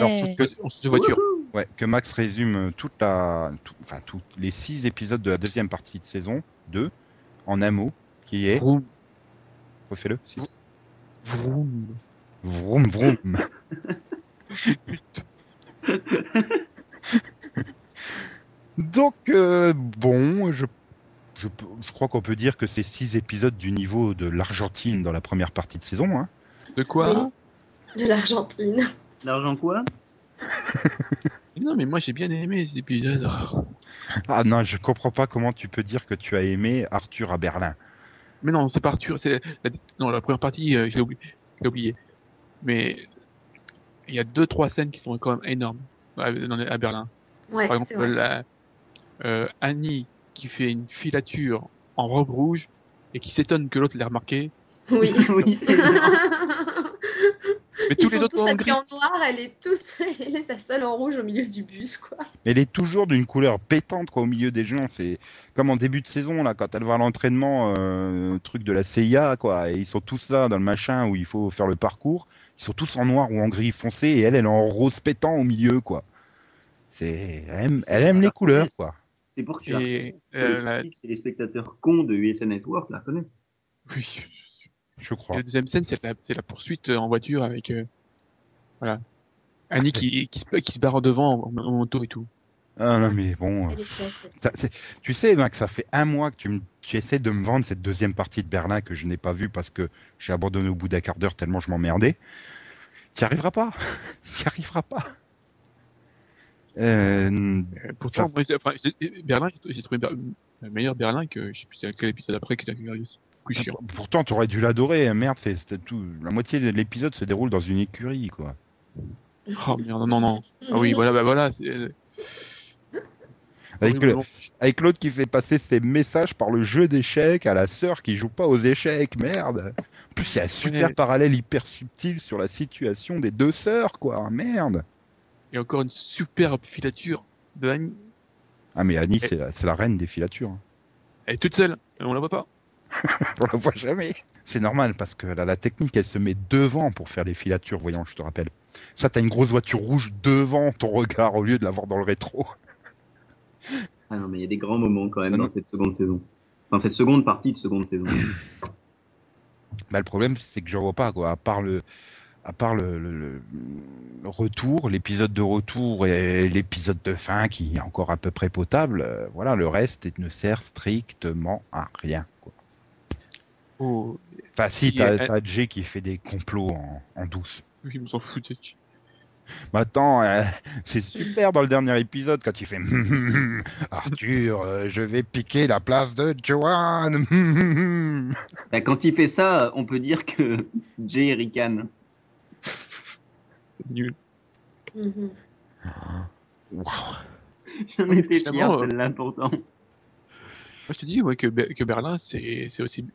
On change de voiture.
Ouais, que Max résume toute la, tout- enfin, tous les six épisodes de la deuxième partie de saison 2 en un mot, qui est,
Vroom,
refais-le, si-
vroom.
vroom vroom. Donc euh, bon, je, je, peux- je crois qu'on peut dire que c'est six épisodes du niveau de l'Argentine dans la première partie de saison. Hein.
De quoi
Oui. De l'Argentine.
L'argent quoi
Non, mais moi j'ai bien aimé ces épisodes. Oh.
Ah non, je comprends pas comment tu peux dire que tu as aimé Arthur à Berlin.
Mais non, c'est pas Arthur, c'est la... non la première partie, euh, j'ai oublié. j'ai oublié. Mais il y a deux trois scènes qui sont quand même énormes à, dans- à Berlin.
Ouais,
Par
c'est
exemple,
vrai.
la, euh, Annie qui fait une filature en robe rouge et qui s'étonne que l'autre l'ait remarqué.
Oui.
Oui, c'est bien.
Mais
Ils
tous les
sont
autres
tous
sont en
habillés
gris.
en noir, elle est toute, elle est sa seule en rouge au milieu du bus, quoi.
Mais elle est toujours d'une couleur pétante quoi, au milieu des gens. C'est comme en début de saison là, quand elle va à l'entraînement, euh, truc de la CIA quoi. Et ils sont tous là dans le machin où il faut faire le parcours. Ils sont tous en noir ou en gris foncé et elle, elle est en rose pétant au milieu quoi. C'est, elle aime, elle aime les couleurs quoi.
C'est pour que tu la
Et euh, la...
reconnaisses. C'est les spectateurs cons de USA Network la reconnaissent.
oui.
Je crois.
La deuxième scène, c'est la, c'est la poursuite en voiture avec euh, voilà Annie qui, qui, se, qui se barre en devant en, en moto et tout.
Ah non mais bon. euh,
Elle est classe.
ça- c'est- tu sais Max, ça fait un mois que tu, me- tu essaies de me vendre cette deuxième partie de Berlin que je n'ai pas vue parce que j'ai abandonné au bout d'un quart d'heure tellement je m'emmerdais. T'y arriveras pas. T'y arriveras pas. Euh,
Euh, Pourtant,
Ça-
moi, j'ai- enfin, j'ai- Berlin, j'ai- j'ai trouvé Ber- euh, meilleur Berlin que je sais plus c'est quel épisode après qui était Curious. Coup chiant.
Pour- Pourtant, t'aurais dû l'adorer. hein, Merde, c'est c'était tout. La moitié de l'épisode se déroule dans une écurie, quoi.
Oh merde, non, non. Ah oui, voilà, bah voilà. c'est- euh,
Avec,
oui,
le-
mais bon.
avec l'autre qui fait passer ses messages par le jeu d'échecs à la sœur qui joue pas aux échecs. Merde. En plus, il y a un super
Ouais.
parallèle hyper subtil sur la situation des deux sœurs, quoi. Merde.
Et encore une superbe filature de Annie.
Ah, mais Annie,
Et-
c'est la, c'est la reine des filatures. hein.
Elle est toute seule, et on la voit pas.
On la voit jamais. C'est normal parce que là, la technique, elle se met devant pour faire les filatures, voyons, je te rappelle. Ça, t'as une grosse voiture rouge devant ton regard au lieu de l'avoir dans le rétro.
Ah non, mais il y a des grands moments quand même
Ah Non,
dans cette seconde saison. Dans cette seconde partie de seconde saison.
Bah, le problème, c'est que je vois pas, quoi. À part le, à part le, le- le- le retour, l'épisode de retour et l'épisode de fin qui est encore à peu près potable, euh, voilà, le reste est- ne sert strictement à rien. Quoi.
Oh,
Enfin, si,
Qui
t'as
est-
t'as Jay qui fait des complots en, en douce.
oui, ils me s'en foutent.
Mais attends, euh, c'est super dans le dernier épisode quand il fait Arthur, euh, je vais piquer la place de Joanne.
Bah, quand il fait ça, on peut dire que Jay ricane.
C'est nul.
Mhm.
Waouh.
J'en étais
Finalement,
fier,
euh,
celle-là, pourtant.
Moi, je te dis ouais, que, Be- que Berlin, c'est c'est aussi.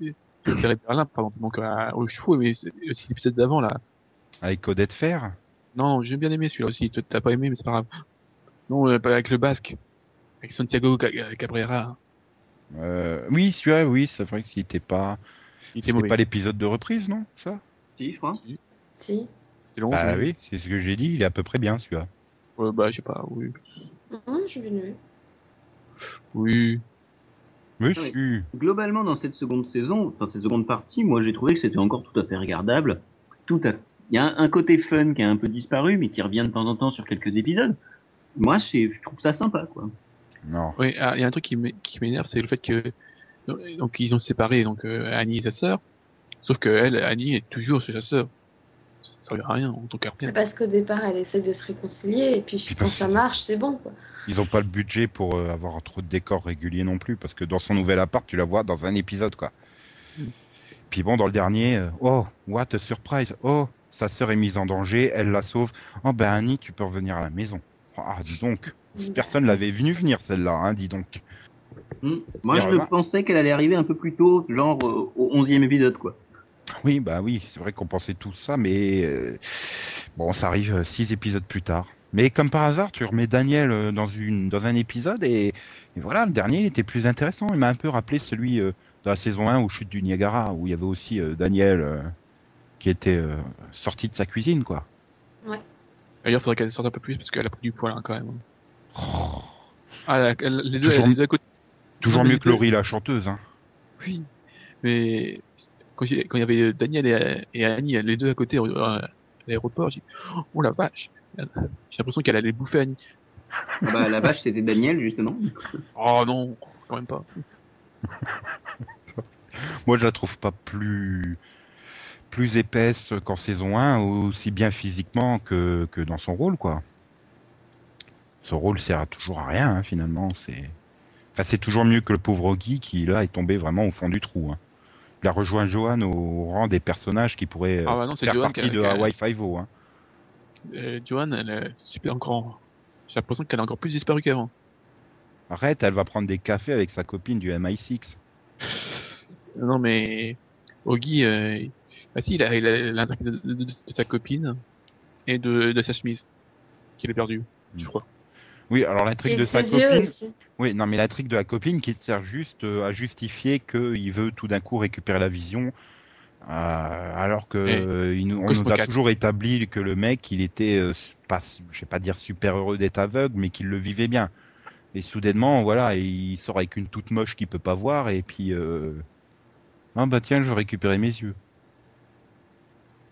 Je dirais Berlin, pardon, euh, donc à, aux chevaux, mais c'est aussi l'épisode d'avant, là.
Avec Odette Fer
Non, j'ai bien aimé celui-là aussi. Toi, t'as pas aimé, mais c'est pas grave. Non, euh, pas avec le Basque. Avec Santiago Ca- euh, Cabrera.
Euh, oui, celui-là, oui, c'est vrai qu'il était pas.
Il était
C'était
mauvais.
pas l'épisode de reprise, non Ça
Si, je crois.
Si.
C'était long.
Bah
mais-
oui, c'est ce que j'ai dit, il est à peu près bien celui-là.
Ouais, bah, je sais pas, oui.
Mhm, je suis venue.
Oui.
Monsieur
Globalement, dans cette seconde saison, enfin cette seconde partie, moi j'ai trouvé que c'était encore tout à fait regardable. Tout à Il y a un, un côté fun qui a un peu disparu, mais qui revient de temps en temps sur quelques épisodes. Moi, c'est- je trouve ça sympa, quoi.
Non.
Oui, ah, il y a un truc qui m'é- qui m'énerve, c'est le fait que donc, donc, ils ont séparé donc euh, Annie et sa sœur, sauf que elle, Annie est toujours chez sa sœur. Ça ne sert à rien en tant qu'artiste.
Parce qu'au départ, elle essaie de se réconcilier et puis
Puis
quand
parce
ça
que-
marche, c'est bon, quoi.
Ils ont pas le budget pour euh, avoir trop de décors réguliers non plus, parce que dans son nouvel appart, tu la vois dans un épisode, quoi.
Mm.
Puis bon, dans le dernier, euh, oh, what a surprise, oh, sa sœur est mise en danger, elle la sauve. Oh ben Annie, tu peux revenir à la maison. Ah, dis donc,
Mhm.
personne l'avait venu venir celle-là, hein, dis donc.
Hmm. Moi,
Et
je
remarque-
pensais qu'elle allait arriver un peu plus tôt, genre euh, au 11e épisode, quoi.
Oui, bah oui, c'est vrai qu'on pensait tout ça, mais euh, bon, ça arrive euh, six épisodes plus tard. Mais comme par hasard, tu remets Daniel euh, dans, une, dans un épisode et, et voilà, le dernier il était plus intéressant. Il m'a un peu rappelé celui euh, de la saison 1 aux chutes du Niagara, où il y avait aussi euh, Daniel euh, qui était euh, sorti de sa cuisine, quoi.
D'ailleurs, il faudrait qu'elle sorte un peu plus parce qu'elle a pris du poil hein, quand même.
Oh,
Ah, la- elle- les deux,
Toujours-
les deux à côté.
toujours
Mais
mieux que
c'était-
Laurie la chanteuse, hein.
Oui, mais quand j'ai- quand il y avait euh, Daniel et, et Annie, les deux à côté euh, à l'aéroport, j'ai dit, oh la vache, j'ai l'impression qu'elle allait bouffer Annie.
Ah Bah, la vache, c'était Daniel, justement.
Oh non, quand même pas.
Moi, je la trouve pas plus plus épaisse qu'en saison 1, aussi bien physiquement que, que dans son rôle, quoi. ce rôle sert à toujours à rien hein, finalement. C'est enfin, c'est toujours mieux que le pauvre Guy qui là est tombé vraiment au fond du trou. hein. Il a rejoint Johan au rang des personnages qui pourraient euh,
Ah bah non, c'est
faire
Johan qui
partie
a-
de
qui a-
Hawaii Five-O. hein.
Euh, Johan, elle est super encore. J'ai l'impression qu'elle a encore plus disparu qu'avant.
Arrête, elle va prendre des cafés avec sa copine du MI6.
Non, mais Oggy, euh... ah si, il a il a l'interprète de, de- de- de sa copine et de, de sa chemise qu'il a perdue, je
Mm.
crois.
Oui, alors l'intrigue
Et
de sa
ses yeux
copine.
aussi.
Oui, non, mais la trick de la copine qui sert juste euh, à justifier qu'il veut tout d'un coup récupérer la vision, euh, alors que
Eh,
euh, il nous- on
Cosmo
nous a
quatre.
toujours établi que le mec, il était, euh, pas, je vais pas dire super heureux d'être aveugle, mais qu'il le vivait bien. Et soudainement, voilà, il sort avec une toute moche qu'il peut pas voir, et puis, euh, ah bah tiens, je vais récupérer mes yeux.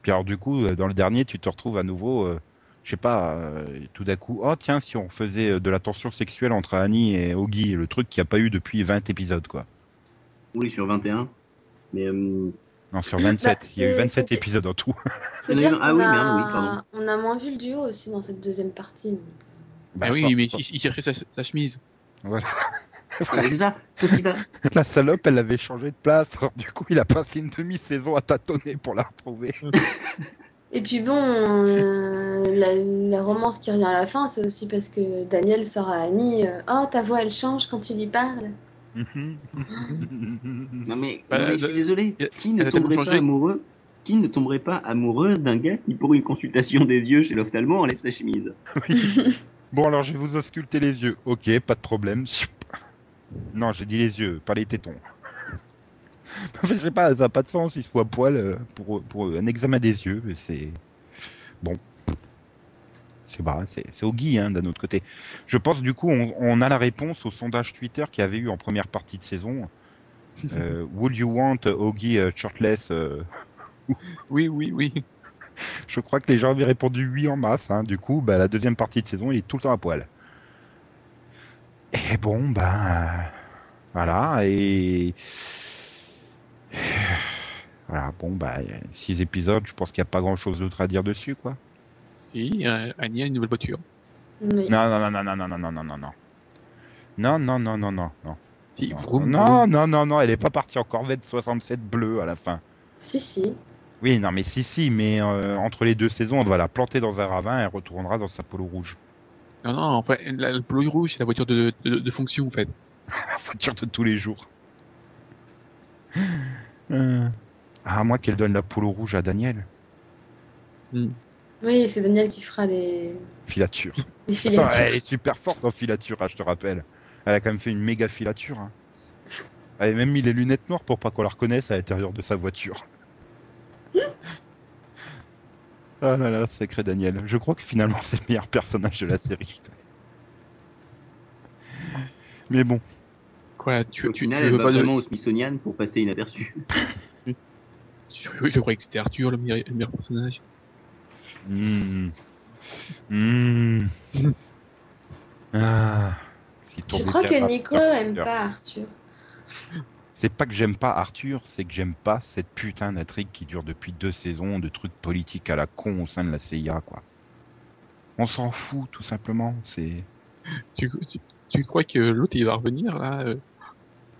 Puis alors du coup, euh, dans le dernier, tu te retrouves à nouveau, euh, je sais pas, euh, tout d'un coup, oh tiens, si on faisait euh, de la tension sexuelle entre Annie et Oggy, le truc qu'il n'y a pas eu depuis 20 épisodes, quoi.
Oui, sur 21. Mais euh,
Non, sur
Bah,
27, il y a eu
c'est-
27
c'était-
épisodes en tout.
Faut
Oui,
dire
ah
qu'on
oui,
a-
merde, oui, pardon.
on a moins vu le duo aussi dans cette deuxième partie.
Bah,
ah oui,
ça-
mais il, il cherchait sa, sa chemise.
ouais, c'est ça. Sauf qu'il va-
La salope, elle avait changé de place, alors du coup, il a passé une demi-saison à tâtonner pour la retrouver.
Et puis bon, euh, la, la romance qui revient à la fin, c'est aussi parce que Daniel sort à Annie euh, Oh, ta voix elle change quand tu lui parles.
Non mais,
Bah,
non, mais je suis
euh,
désolé.
y a-
Qui ne
elle a tellement
tomberait pas
changé.
amoureux Qui ne tomberait pas amoureux d'un gars qui, pour une consultation des yeux chez l'ophtalmo, enlève sa chemise
bon, alors, je vais vous ausculter les yeux. Ok, pas de problème. Choup. Non, j'ai dit les yeux, pas les tétons. En fait, je sais pas, ça n'a pas de sens, il se voit à poil euh, pour, pour un examen des yeux, mais c'est... Bon. Je sais pas, c'est c'est au Guy, hein, d'un autre côté. Je pense, du coup, on, on a la réponse au sondage Twitter qu'il y avait eu en première partie de saison. Euh, Would you want Oggy euh, shirtless euh,
Oui, oui, oui.
Je crois que les gens avaient répondu oui en masse. hein. Du coup, bah, la deuxième partie de saison, il est tout le temps à poil. Et bon, ben euh, voilà. Et voilà, bon, bah six épisodes. Je pense qu'il n'y a pas grand-chose d'autre à dire dessus, quoi.
Si, euh, Annie a une nouvelle voiture.
Mais
Non, non, non, non, non, non, non, non, non, non. Non, non, non, non, non, non.
Si, vroom,
Non, non, non, non, elle est pas partie en Corvette 67 bleue à la fin.
si, si.
Oui, non, mais si, si, mais euh, entre les deux saisons, on va la planter dans un ravin et elle retournera dans sa polo rouge.
Non, non, en fait, la, le polo rouge, c'est la voiture de, de, de fonction, en fait.
la voiture de tous les jours. Euh, à moins qu'elle donne la polo rouge à Daniel.
Oui, c'est Daniel qui fera les,
Filature.
les
Attends,
filatures.
elle est super forte en filature, hein, je te rappelle. Elle a quand même fait une méga filature. hein. Elle a même mis les lunettes noires pour pas qu'on la reconnaisse à l'intérieur de sa voiture. Ah là là, sacré Daniel. Je crois que finalement c'est le meilleur personnage de la série. Mais bon.
Quoi, tu,
Au
tu,
final,
tu
elle
veux
va
pas de...
vraiment au Smithsonian pour passer inaperçu.
Je, je croyais que c'était Arthur, le meilleur, le meilleur personnage.
Mmh. Mmh. Ah. Si ton
Je crois
bouquin
que
va-
Nico
va-
aime pas Arthur.
C'est pas que j'aime pas Arthur, c'est que j'aime pas cette putain d'intrigue qui dure depuis deux saisons de trucs politiques à la con au sein de la CIA, quoi. On s'en fout, tout simplement. C'est.
Tu, tu, tu crois que l'autre, il va revenir, là euh,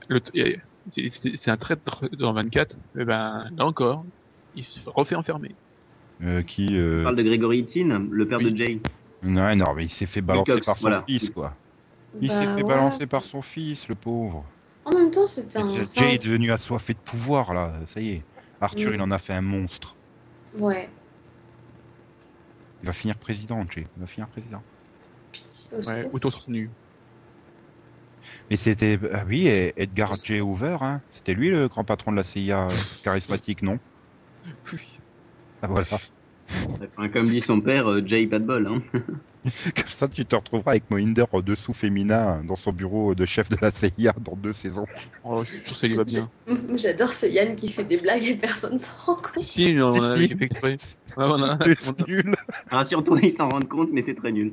l'autre, euh, C'est c'est- c'est un traître dans 24. Eh ben, là encore, il se refait enfermer.
euh, qui. euh,
On parle de Gregory Teen, le père
Oui.
de Jay.
Ouais, non, mais il s'est fait balancer
Cox,
par son
voilà.
fils, quoi. Il
Bah,
s'est fait
voilà.
balancer par son fils, le pauvre.
En même temps, c'est un. c'est un-
Jay est devenu assoiffé de pouvoir, là. Ça y est. Arthur,
Oui.
il en a fait un monstre.
Ouais,
Il va finir président, Jay. Il va finir président.
pitié. au
Ouais,
secours.
autour soutenu.
Mais c'était. Ah oui, et- Edgar J. Hoover, hein. C'était lui le grand patron de la CIA euh, charismatique, non
Oui.
Ah voilà.
Enfin, comme dit son père, euh, Jay, pas de bol. Hein.
Comme ça, tu te retrouveras avec Mohinder en dessous féminin hein, dans son bureau de chef de la CIA dans deux saisons.
Oh, je suis sûr que ça lui va bien.
Moi, J'adore ce Yann qui fait des blagues et personne s'en rend compte.
Si, on
Si,
a
si.
fait exprès. Ouais, on a-
Deux
on a-
nuls.
Rassure-toi, ils s'en rendent compte, mais c'est très nul.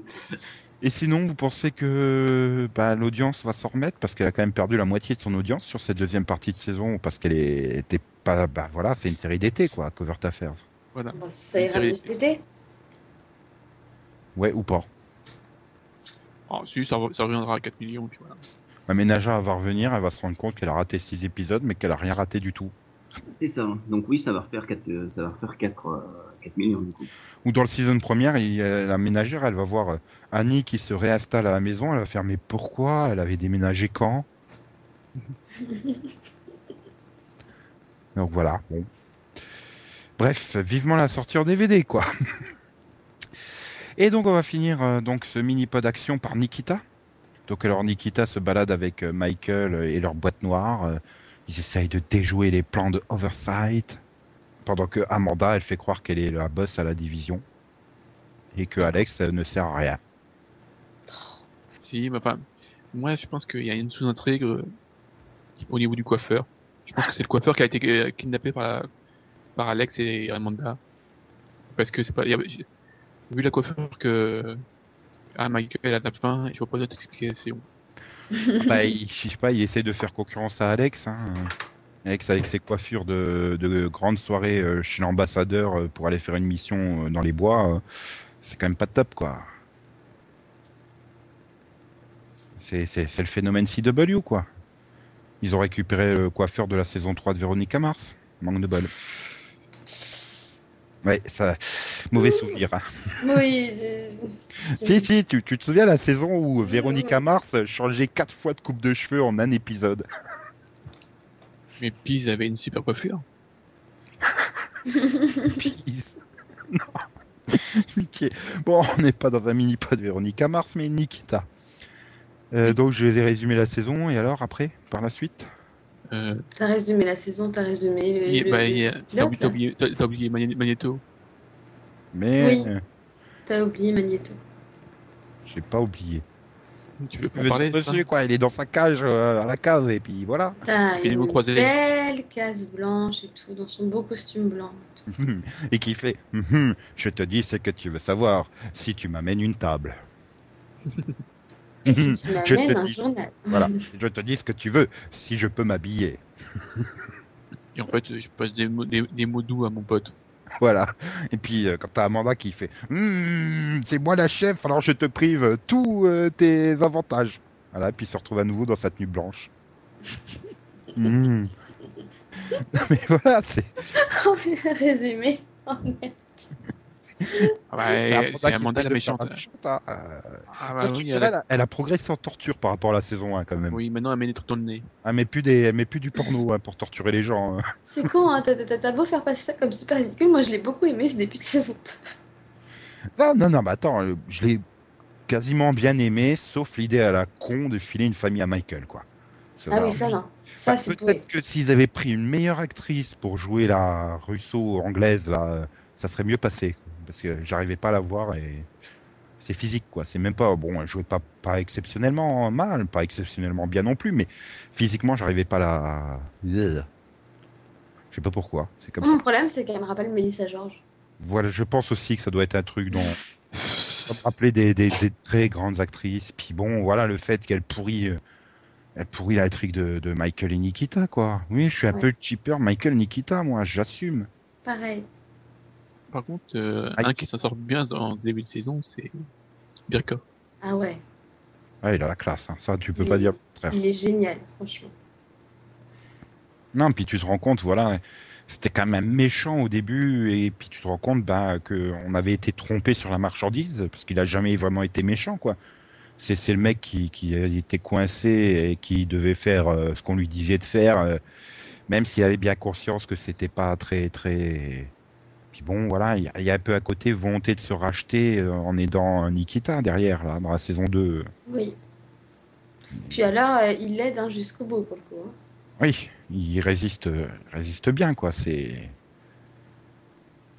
Et sinon, vous pensez que bah, l'audience va s'en remettre parce qu'elle a quand même perdu la moitié de son audience sur cette deuxième partie de saison parce qu'elle est- était pas. Bah voilà, c'est une série d'été, quoi, Cover Affairs.
Voilà.
Bon, ça ira mieux cet été.
Ouais, ou pas.
Ah, si, ça, re- ça reviendra à 4 millions, puis voilà.
La ménagère va revenir, elle va se rendre compte qu'elle a raté 6 épisodes, mais qu'elle a rien raté du tout.
C'est ça. hein. Donc oui, ça va refaire 4, ça va refaire 4, millions du coup.
Ou dans le season première, il- euh, la ménagère, elle va voir euh, Annie qui se réinstalle à la maison, elle va faire mais pourquoi Elle avait déménagé quand Donc voilà, bon. Bref, vivement la sortie en DVD, quoi. Et donc on va finir euh, donc ce mini-pod action par Nikita. Donc alors Nikita se balade avec euh, Michael euh, et leur boîte noire. euh, Ils essayent de déjouer les plans de Oversight. Pendant que Amanda, elle fait croire qu'elle est la boss à la division. Et que Alex euh, ne sert à rien.
Oh.
Si, mais enfin, moi, je pense qu'il y a une sous-intrigue euh, au niveau du coiffeur. Je pense que c'est le coiffeur qui a été euh, kidnappé par, la- par Alex et Amanda. Parce que c'est pas. il y a- j'ai- vu la coiffeur que. Ah, Michael a de la faim, je vois pas d'autres explications.
Bah, il, je sais pas, il essaie de faire concurrence à Alex. hein. Alex avec ses coiffures de, de grande soirée euh, chez l'ambassadeur euh, pour aller faire une mission euh, dans les bois, euh, c'est quand même pas top quoi. C'est- C'est c'est le phénomène CW quoi. Ils ont récupéré le coiffeur de la saison 3 de Véronica Mars. Manque de bol. Ouais, ça, mauvais souvenir. hein.
Oui. euh,
Si, si, tu, tu te souviens la saison où Véronica Mars changeait quatre fois de coupe de cheveux en un épisode
Mais puis ils avaient une super coiffure.
Peace. Non. Mickey. Bon, on n'est pas dans un mini-pod Véronica Mars, mais Nikita. Euh, donc, je les ai résumé la saison, et alors, après, par la suite
Euh,
T'as résumé la saison, t'as résumé le.
il-
le-
bah, il y a- T'as
pilote,
oublié- t'as oublié, t'as- t'as oublié Magné- Magneto.
Mais
Oui.
euh,
T'as oublié Magneto.
j'ai pas oublié.
Tu veux
Ça
pas
veut
parler
dire
de ça
monsieur, quoi, il est dans sa cage, euh, à la case, et puis voilà.
T'as
Fais les mots
une
croisés.
belle case blanche et tout, dans son beau costume blanc.
et qui fait Hum, hum, Je te dis ce que tu veux savoir, si tu m'amènes une table. Hum, hum,
Tu
je
m'amènes
te
un
dis,
journal.
voilà, je te dis ce que tu veux, si je peux m'habiller.
Et en fait, je passe des mots, des, des mots doux à mon pote.
Voilà. Et puis, euh, quand t'as Amanda qui fait Hum, C'est moi la chef, alors je te prive tous euh, tes avantages. Voilà, puis il se retrouve à nouveau dans sa tenue blanche. Hum. Non, Mais voilà, c'est
Oh, mais le résumé. Oh, merde.
Ah bah,
c'est
c'est Amanda
qui
la
essaie de faire
méchante.
la méchante, hein. Euh,
Ah bah,
donc,
oui,
je
elle
dirais,
a-
elle, a, elle a progressé en torture par rapport à la saison 1 quand même.
oui, maintenant elle met des trucs dans le nez.
Elle, met plus des, elle met plus du porno hein, pour torturer les gens. hein.
C'est con, hein. t'as- t'as t'as beau faire passer ça comme super ridicule. Moi, je l'ai beaucoup aimé, c'est depuis saison
Non, non, non, mais attends, euh, je l'ai quasiment bien aimé, sauf l'idée à la con de filer une famille à Michael, quoi. Ça,
Ah
voilà.
oui, ça, non. Ça,
Bah,
c'est pourri.
Peut-être que s'ils avaient pris une meilleure actrice pour jouer la russo-anglaise, là, euh, ça serait mieux passé. Parce que j'arrivais pas à la voir et c'est physique, quoi. C'est même pas. Bon, elle jouait pas, pas exceptionnellement mal, pas exceptionnellement bien non plus, mais physiquement, j'arrivais pas à la. Ugh. Je sais pas pourquoi. C'est comme
Moi,
ça.
Mon problème, c'est qu'elle me rappelle Mélissa Georges.
Voilà, je pense aussi que ça doit être un truc dont. Ça me rappelait des, des, des très grandes actrices. Puis bon, voilà, le fait qu'elle pourrit. euh, Elle pourrit la trick de, de Michael et Nikita, quoi. Oui, je suis un
Ouais.
peu cheaper, Michael, Nikita, moi, j'assume.
Pareil.
Par contre, euh,
Ah,
un
il-
qui s'en sort bien dans le début de saison, c'est Birka.
Ah ouais,
Ouais, il a la classe, hein. ça, tu peux
Il
pas
est-
dire le contraire.
il est génial, franchement.
Non, puis tu te rends compte, voilà, c'était quand même méchant au début, et puis tu te rends compte bah, qu'on avait été trompé sur la marchandise, parce qu'il a jamais vraiment été méchant, quoi. C'est c'est le mec qui, qui était coincé et qui devait faire euh, ce qu'on lui disait de faire, euh, même s'il avait bien conscience que c'était pas très, très. Puis bon, voilà, il y, a- il y a un peu à côté volonté de se racheter euh, en aidant Nikita derrière, là, dans la saison 2.
Oui. Puis alors, euh, il l'aide hein, jusqu'au bout, pour le coup. hein.
Oui, il résiste, euh, résiste bien, quoi. C'est.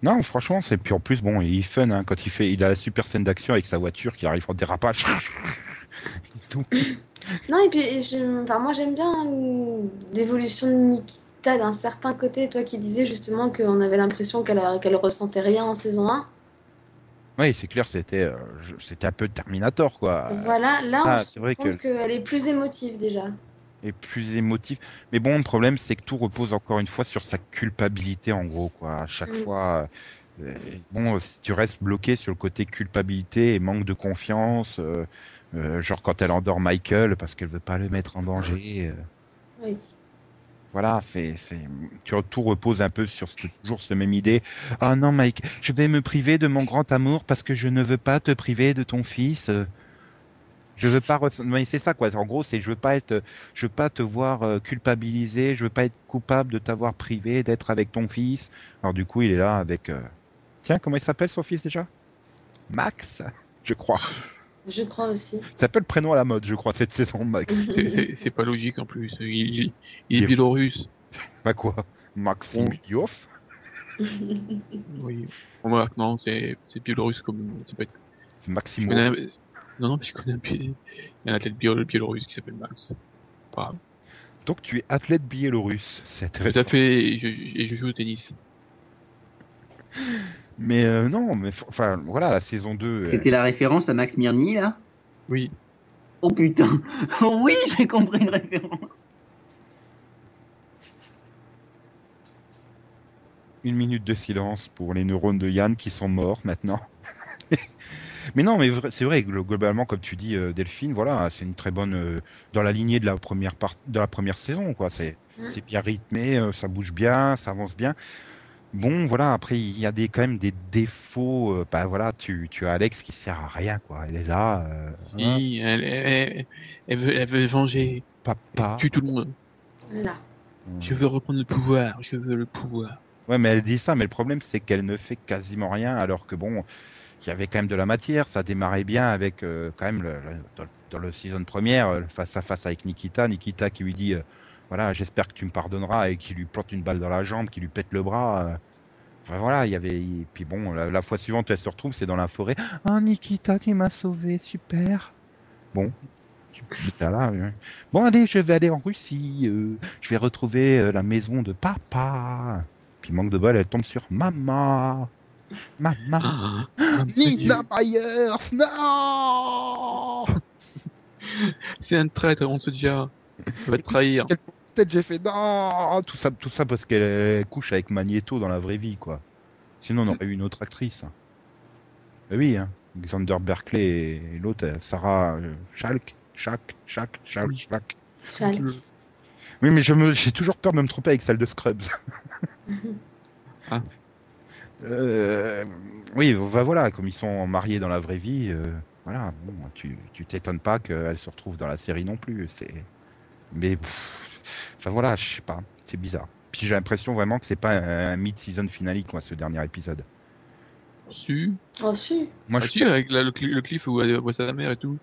Non, franchement, c'est. Puis en plus, bon, il est fun, hein, quand il fait. Il a la super scène d'action avec sa voiture qui arrive en dérapage.
Non, et puis, et je- enfin, moi, j'aime bien euh, l'évolution de Nikita d'un certain côté. Toi qui disais justement qu'on avait l'impression qu'elle a- qu'elle ressentait rien en saison 1.
oui, c'est clair, c'était euh, je- c'était un peu Terminator, quoi.
voilà, là, on
Ah,
se
c'est vrai
rend compte
que.
qu'elle est plus émotive déjà.
Et plus émotif. Mais bon, le problème, c'est que tout repose encore une fois sur sa culpabilité, en gros, quoi. À chaque
Mm.
fois. euh, bon, si tu restes bloqué sur le côté culpabilité et manque de confiance. euh, Euh, genre quand elle endort Michael parce qu'elle veut pas le mettre en danger. euh,
Oui.
voilà, c'est, c'est, tu tout repose un peu sur ce- toujours cette même idée. Ah non, Mike, je vais me priver de mon grand amour parce que je ne veux pas te priver de ton fils. Euh, Je veux pas, ress- mais c'est ça quoi. En gros, c'est je veux pas être, je veux pas te voir euh, culpabilisé, je veux pas être coupable de t'avoir privé d'être avec ton fils. Alors du coup, il est là avec, euh, tiens, comment il s'appelle son fils déjà Max, je crois.
Je crois aussi.
Ça s'appelle prénom à la mode, je crois, cette saison, Max.
Mhm.
C'est- C'est c'est pas logique en plus. Il, il- il
Il est-
est biélorusse.
Bah quoi Maximilioff
Oui. Remarque, non, c'est c'est biélorusse comme. C'est pas...
C'est
je
Maximo.
connais un- Non, non, mais je connais un, bié- un athlète biélo- biélorusse qui s'appelle Max. Pas...
Donc tu es athlète biélorusse, c'est
Tout
intéressant.
à fait, et je, et je joue au tennis.
Mais euh, non, mais f- enfin voilà, la saison 2. euh,
C'était la référence à Max Mirny, là
Oui.
Oh putain Oh oui, j'ai compris une référence
une minute de silence pour les neurones de Yann qui sont morts maintenant. mais non, mais vra- c'est vrai que glo- globalement, comme tu dis, euh, Delphine, voilà, c'est une très bonne euh, dans la lignée de la première part, de la première saison, quoi. C'est
Mm.
c'est bien rythmé, euh, ça bouge bien, ça avance bien. Bon, voilà. Après, il y a des quand même des défauts. euh, bah voilà, tu tu as Alex qui sert à rien, quoi. Elle est là, euh, hein,
Si, elle, elle, elle veut, elle veut venger.
papa.
Elle tue tout le monde.
Voilà.
Je veux reprendre le pouvoir. Je veux le pouvoir.
Ouais, mais elle dit ça, mais le problème, c'est qu'elle ne fait quasiment rien, alors que bon, il y avait quand même de la matière, ça démarrait bien avec, euh, quand même, le, le- dans, le- dans le season première, euh, le face à face avec Nikita, Nikita qui lui dit, euh, voilà, j'espère que tu me pardonneras, et qui lui plante une balle dans la jambe, qui lui pète le bras. euh. Enfin, voilà, il y avait, et puis bon, la, la fois suivante, elle se retrouve, c'est dans la forêt. Ah, Nikita, tu m'as sauvé, super. Bon. J'étais là, euh, Bon, allez, je vais aller en Russie. euh, je vais retrouver euh, la maison de papa. Puis manque de bol, elle tombe sur maman. Maman.
Ah, ah,
Nina Myers, non
C'est un traître, on se dira. Tu vas te trahir.
Peut-être j'ai fait non Tout ça, tout ça parce qu'elle couche avec Magneto dans la vraie vie, quoi. Sinon, on aurait eu une autre actrice. Eh oui, hein. Alexander Berkeley et l'autre, euh, Sarah euh, Schalk. Schalk, Schalk, Schalk, Schalk.
Chal.
Oui, mais je me- j'ai toujours peur de me tromper avec celle de Scrubs. Euh, oui, bah voilà, comme ils sont mariés dans la vraie vie, euh, voilà, bon, tu tu t'étonnes pas qu'elle se retrouve dans la série non plus. C'est, mais, pff, enfin voilà, je sais pas, c'est bizarre. Puis j'ai l'impression vraiment que c'est pas un mid-season finale quoi, ce dernier épisode.
Su.
Oh, si.
Moi,
Ah,
je,
si, avec la- le, cli- le cliff où elle voit sa mère et tout.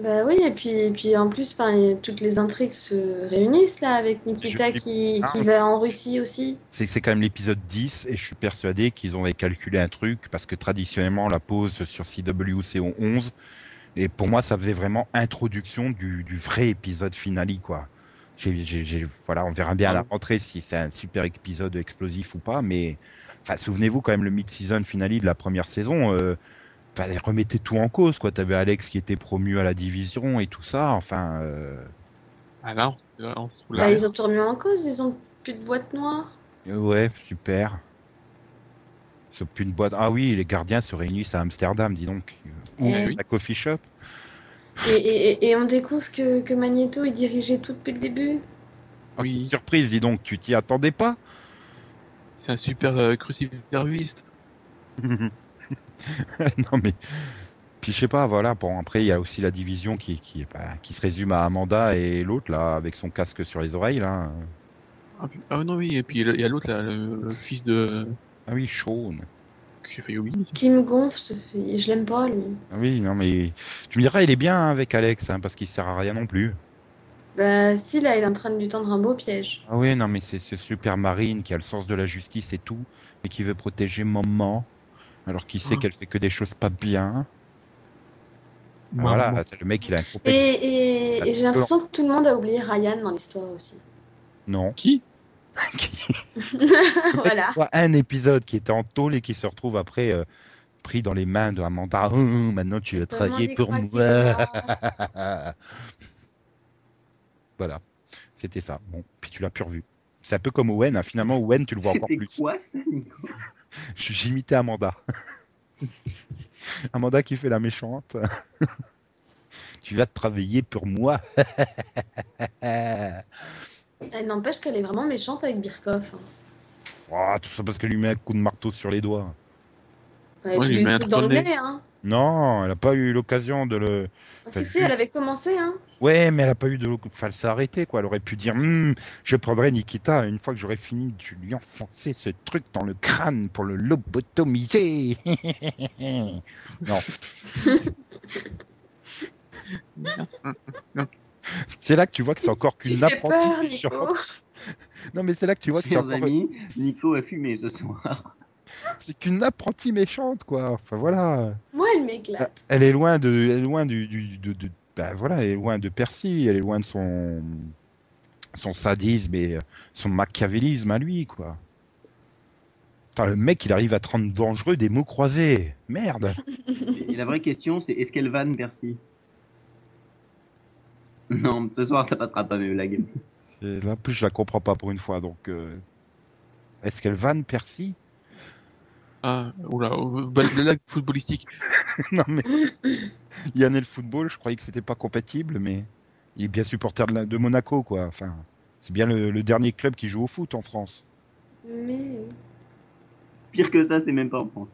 Bah oui, et puis, et puis en plus, 'fin, y- toutes les intrigues se réunissent là avec Nikita
Je-
qui,
Ah,
qui
oui.
va en Russie aussi.
c'est c'est quand même l'épisode 10 et je suis persuadé qu'ils ont calculé un truc parce que traditionnellement la pause sur CW c'est au 11 et pour moi ça faisait vraiment introduction du, du vrai épisode finale quoi. J'ai- j'ai- j'ai- voilà, on verra bien à la rentrée si c'est un super épisode explosif ou pas, mais enfin, souvenez-vous quand même le mid-season finale de la première saison. Euh, enfin, elle remettait tout en cause quoi. T'avais Alex qui était promu à la division et tout ça. Enfin, euh,
Ah là, on- là, on se fout
Bah,
la
ils ont tout remis en cause, ils ont plus de boîte noire.
Ouais, super. C'est plus une boîte. Ah oui, les gardiens se réunissent à Amsterdam, dis donc. Ou
Eh
oui.
la coffee shop.
Et, et, et- et on découvre que, que Magneto est dirigé tout depuis le début.
Ah,
Oui.
quelle surprise, dis donc, tu t'y attendais pas
C'est un super euh, cruciverbiste.
Non, mais. Puis je sais pas, voilà. Bon, après, il y a aussi la division qui, qui, bah, qui se résume à Amanda et l'autre, là, avec son casque sur les oreilles, là.
Ah, puis- ah non, oui, et puis il y a l'autre, là, le, le fils de.
Ah oui, Sean.
que j'ai failli oublier.
Qui me gonfle, ce fi- je l'aime pas lui.
Ah oui, non, mais. Tu me diras, il est bien hein, avec Alex, hein, parce qu'il sert à rien non plus.
Bah si, là, il est en train de lui tendre un beau piège.
Ah oui, non, mais c'est ce super marine qui a le sens de la justice et tout, et qui veut protéger maman, alors qu'il sait
Ah.
qu'elle fait que des choses pas bien. Voilà, le mec, il a un
Et,
complexe.
et, et j'ai l'impression que tout le monde a oublié Ryan dans l'histoire aussi.
Non.
Qui
voilà.
Toi, Un épisode qui était en tôle et qui se retrouve après euh, pris dans les mains de Amanda. Hum, maintenant, tu as travaillé pour moi. voilà, c'était ça. Bon, puis tu l'as plus revu. C'est un peu comme Owen, hein. finalement, Owen, tu le vois encore
C'était
plus.
quoi, ça, Nico
J- J'imitais Amanda. Amanda qui fait la méchante. tu vas travailler pour moi.
Elle n'empêche qu'elle est vraiment méchante avec Birkoff. hein.
Oh, tout ça parce qu'elle lui met un coup de marteau sur les doigts.
Elle a
Ouais,
tous
il
les
met un
trucs dans le
troll nez.
nez. Hein.
Non, elle n'a pas eu l'occasion de le.
Ah,
T'as
si, si,
vu
elle avait commencé. Hein.
Ouais, mais elle n'a pas eu de. l'oc- Enfin, elle s'est arrêtée, quoi. Elle aurait pu dire Hum, Je prendrai Nikita une fois que j'aurai fini de lui enfoncer ce truc dans le crâne pour le lobotomiser. c'est là que tu vois que c'est encore
Tu
qu'une
fais
apprentie
peur, Nico.
sur- Non, mais c'est là que tu vois que c'est
Chers
encore.
amis, Nico a fumé ce soir.
C'est qu'une apprentie méchante, quoi. Enfin, voilà.
Moi, elle m'éclate.
Elle est loin de, elle est loin du, du- de, de- bah, voilà, elle est loin de Percy, elle est loin de son, son sadisme et euh, son machiavélisme à lui, quoi. Putain, le mec, il arrive à te rendre dangereux des mots croisés. Merde.
Et la vraie question, c'est est-ce qu'elle vanne Percy Non, ce soir, ça passera pas mes blagues.
Et là, en plus, je la comprends pas pour une fois, donc. euh, Est-ce qu'elle vanne Percy
Ah, oula, euh, bal- blague footballistique.
Non mais. Yann et le football, je croyais que c'était pas compatible, mais il est bien supporter de, la- de Monaco, quoi. Enfin, c'est bien le- le dernier club qui joue au foot en France.
Mais
Pire que ça, c'est même pas en France.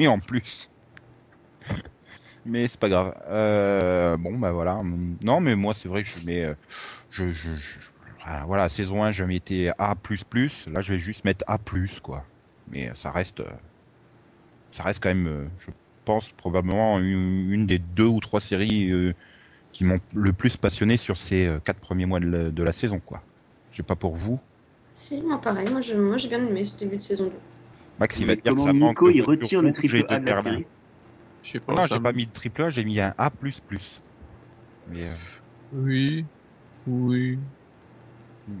Oui, en plus. Mais c'est pas grave. Euh, bon, bah voilà. Non, mais moi, c'est vrai que je mets. euh, Je, je, je- voilà, voilà, saison 1, je mettais A. Là, je vais juste mettre A, quoi. Mais ça reste. euh, Ça reste quand même, euh, je pense, probablement une, une des deux ou trois séries euh, qui m'ont le plus passionné sur ces euh, quatre premiers mois de la, de la saison, quoi. Je sais pas pour vous.
si, moi pareil, moi je- moi, j'ai bien aimé ce début de saison 2.
Max, il va
Mais
dire que
comment
ça manque.
Nico,
de
il
voitures
retire le
rouges
triple
et
A de la
berlins.
série.
Je sais pas.
Ah, Non,
ça
j'ai
me-
pas mis de triple A, j'ai mis un A. Mais, euh,
Oui, oui,
euh,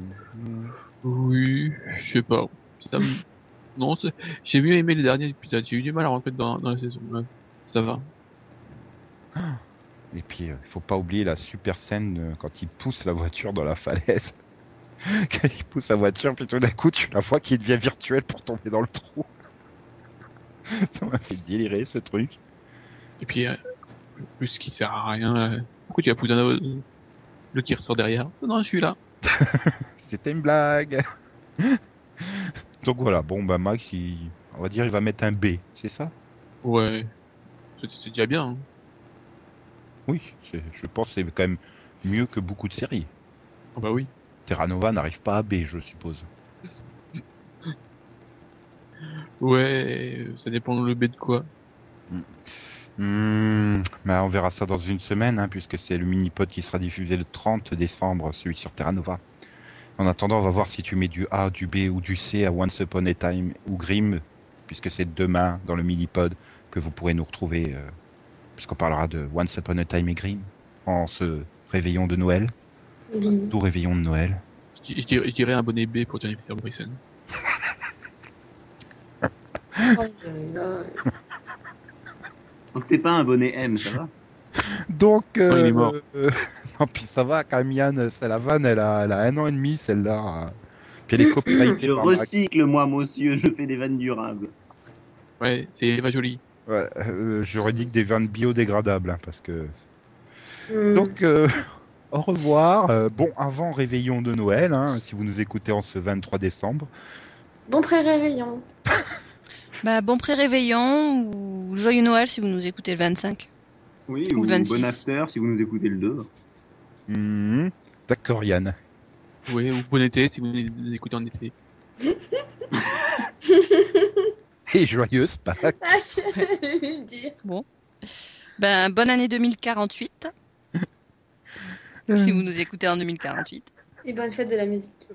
oui, je sais pas. Ça me- Non, c'est- j'ai bien aimé les derniers épisodes. J'ai eu du mal à rentrer dans, dans la saison. là. Ça va.
Et puis, il faut pas oublier la super scène euh, quand il pousse la voiture dans la falaise. quand il pousse la voiture, puis tout d'un coup, tu la vois qui devient virtuelle pour tomber dans le trou. Ça m'a fait délirer ce truc.
Et puis, euh, le plus qui sert à rien. euh, Pourquoi tu as poussé un autre euh, le qui ressort derrière Non, je suis là.
C'était une blague. Donc voilà, bon, bah Max, il- on va dire, il va mettre un B, c'est ça
Ouais. C'est- C'est déjà bien. hein.
Oui, c'est- je pense que c'est quand même mieux que beaucoup de séries.
Ah bah oui.
Terra Nova n'arrive pas à B, je suppose.
Ouais, euh, ça dépend le B de quoi.
Hmm, bah on verra ça dans une semaine, hein, puisque c'est le mini-pod qui sera diffusé le 30 décembre, celui sur Terra Nova. En attendant, on va voir si tu mets du A, du B ou du C à Once Upon a Time ou Grimm, puisque c'est demain dans le mini-pod que vous pourrez nous retrouver, euh, puisqu'on parlera de Once Upon a Time et Grimm en ce réveillon de Noël,
Bi-
tout réveillon de Noël.
Je, je dirais, je dirais un bonnet B pour Jennifer Morrison.
Oh là là.
Donc c'est pas un bonnet M, ça va
Donc,
Oh, il est mort.
euh, non, puis ça va, quand même, Yann, c'est la vanne, elle a, elle a un an et demi, celle-là. Puis elle est copyrightée
Je
par Max.
recycle, moi, monsieur, je fais des vannes durables.
Ouais, c'est Eva Jolie.
Ouais, euh, j'aurais dit que des vannes biodégradables, hein, parce que.
Hmm.
Donc, euh, au revoir. Euh, bon, avant réveillon de Noël, hein, si vous nous écoutez en ce 23 décembre.
Bon pré-réveillon.
Bah, bon pré-réveillon ou joyeux Noël si vous nous écoutez le 25.
Oui,
Ou
ou
le 26.
bon after si vous nous écoutez le 2.
Mhm. D'accord, Yann.
Ouais, ou bon été si vous les écoutez en été.
Et joyeuse Pâques.
Ah, j'allais lui dire.
Ben, bonne année 2048 Mmh. Mm. si vous nous écoutez en 2048.
Et bonne fête de la musique.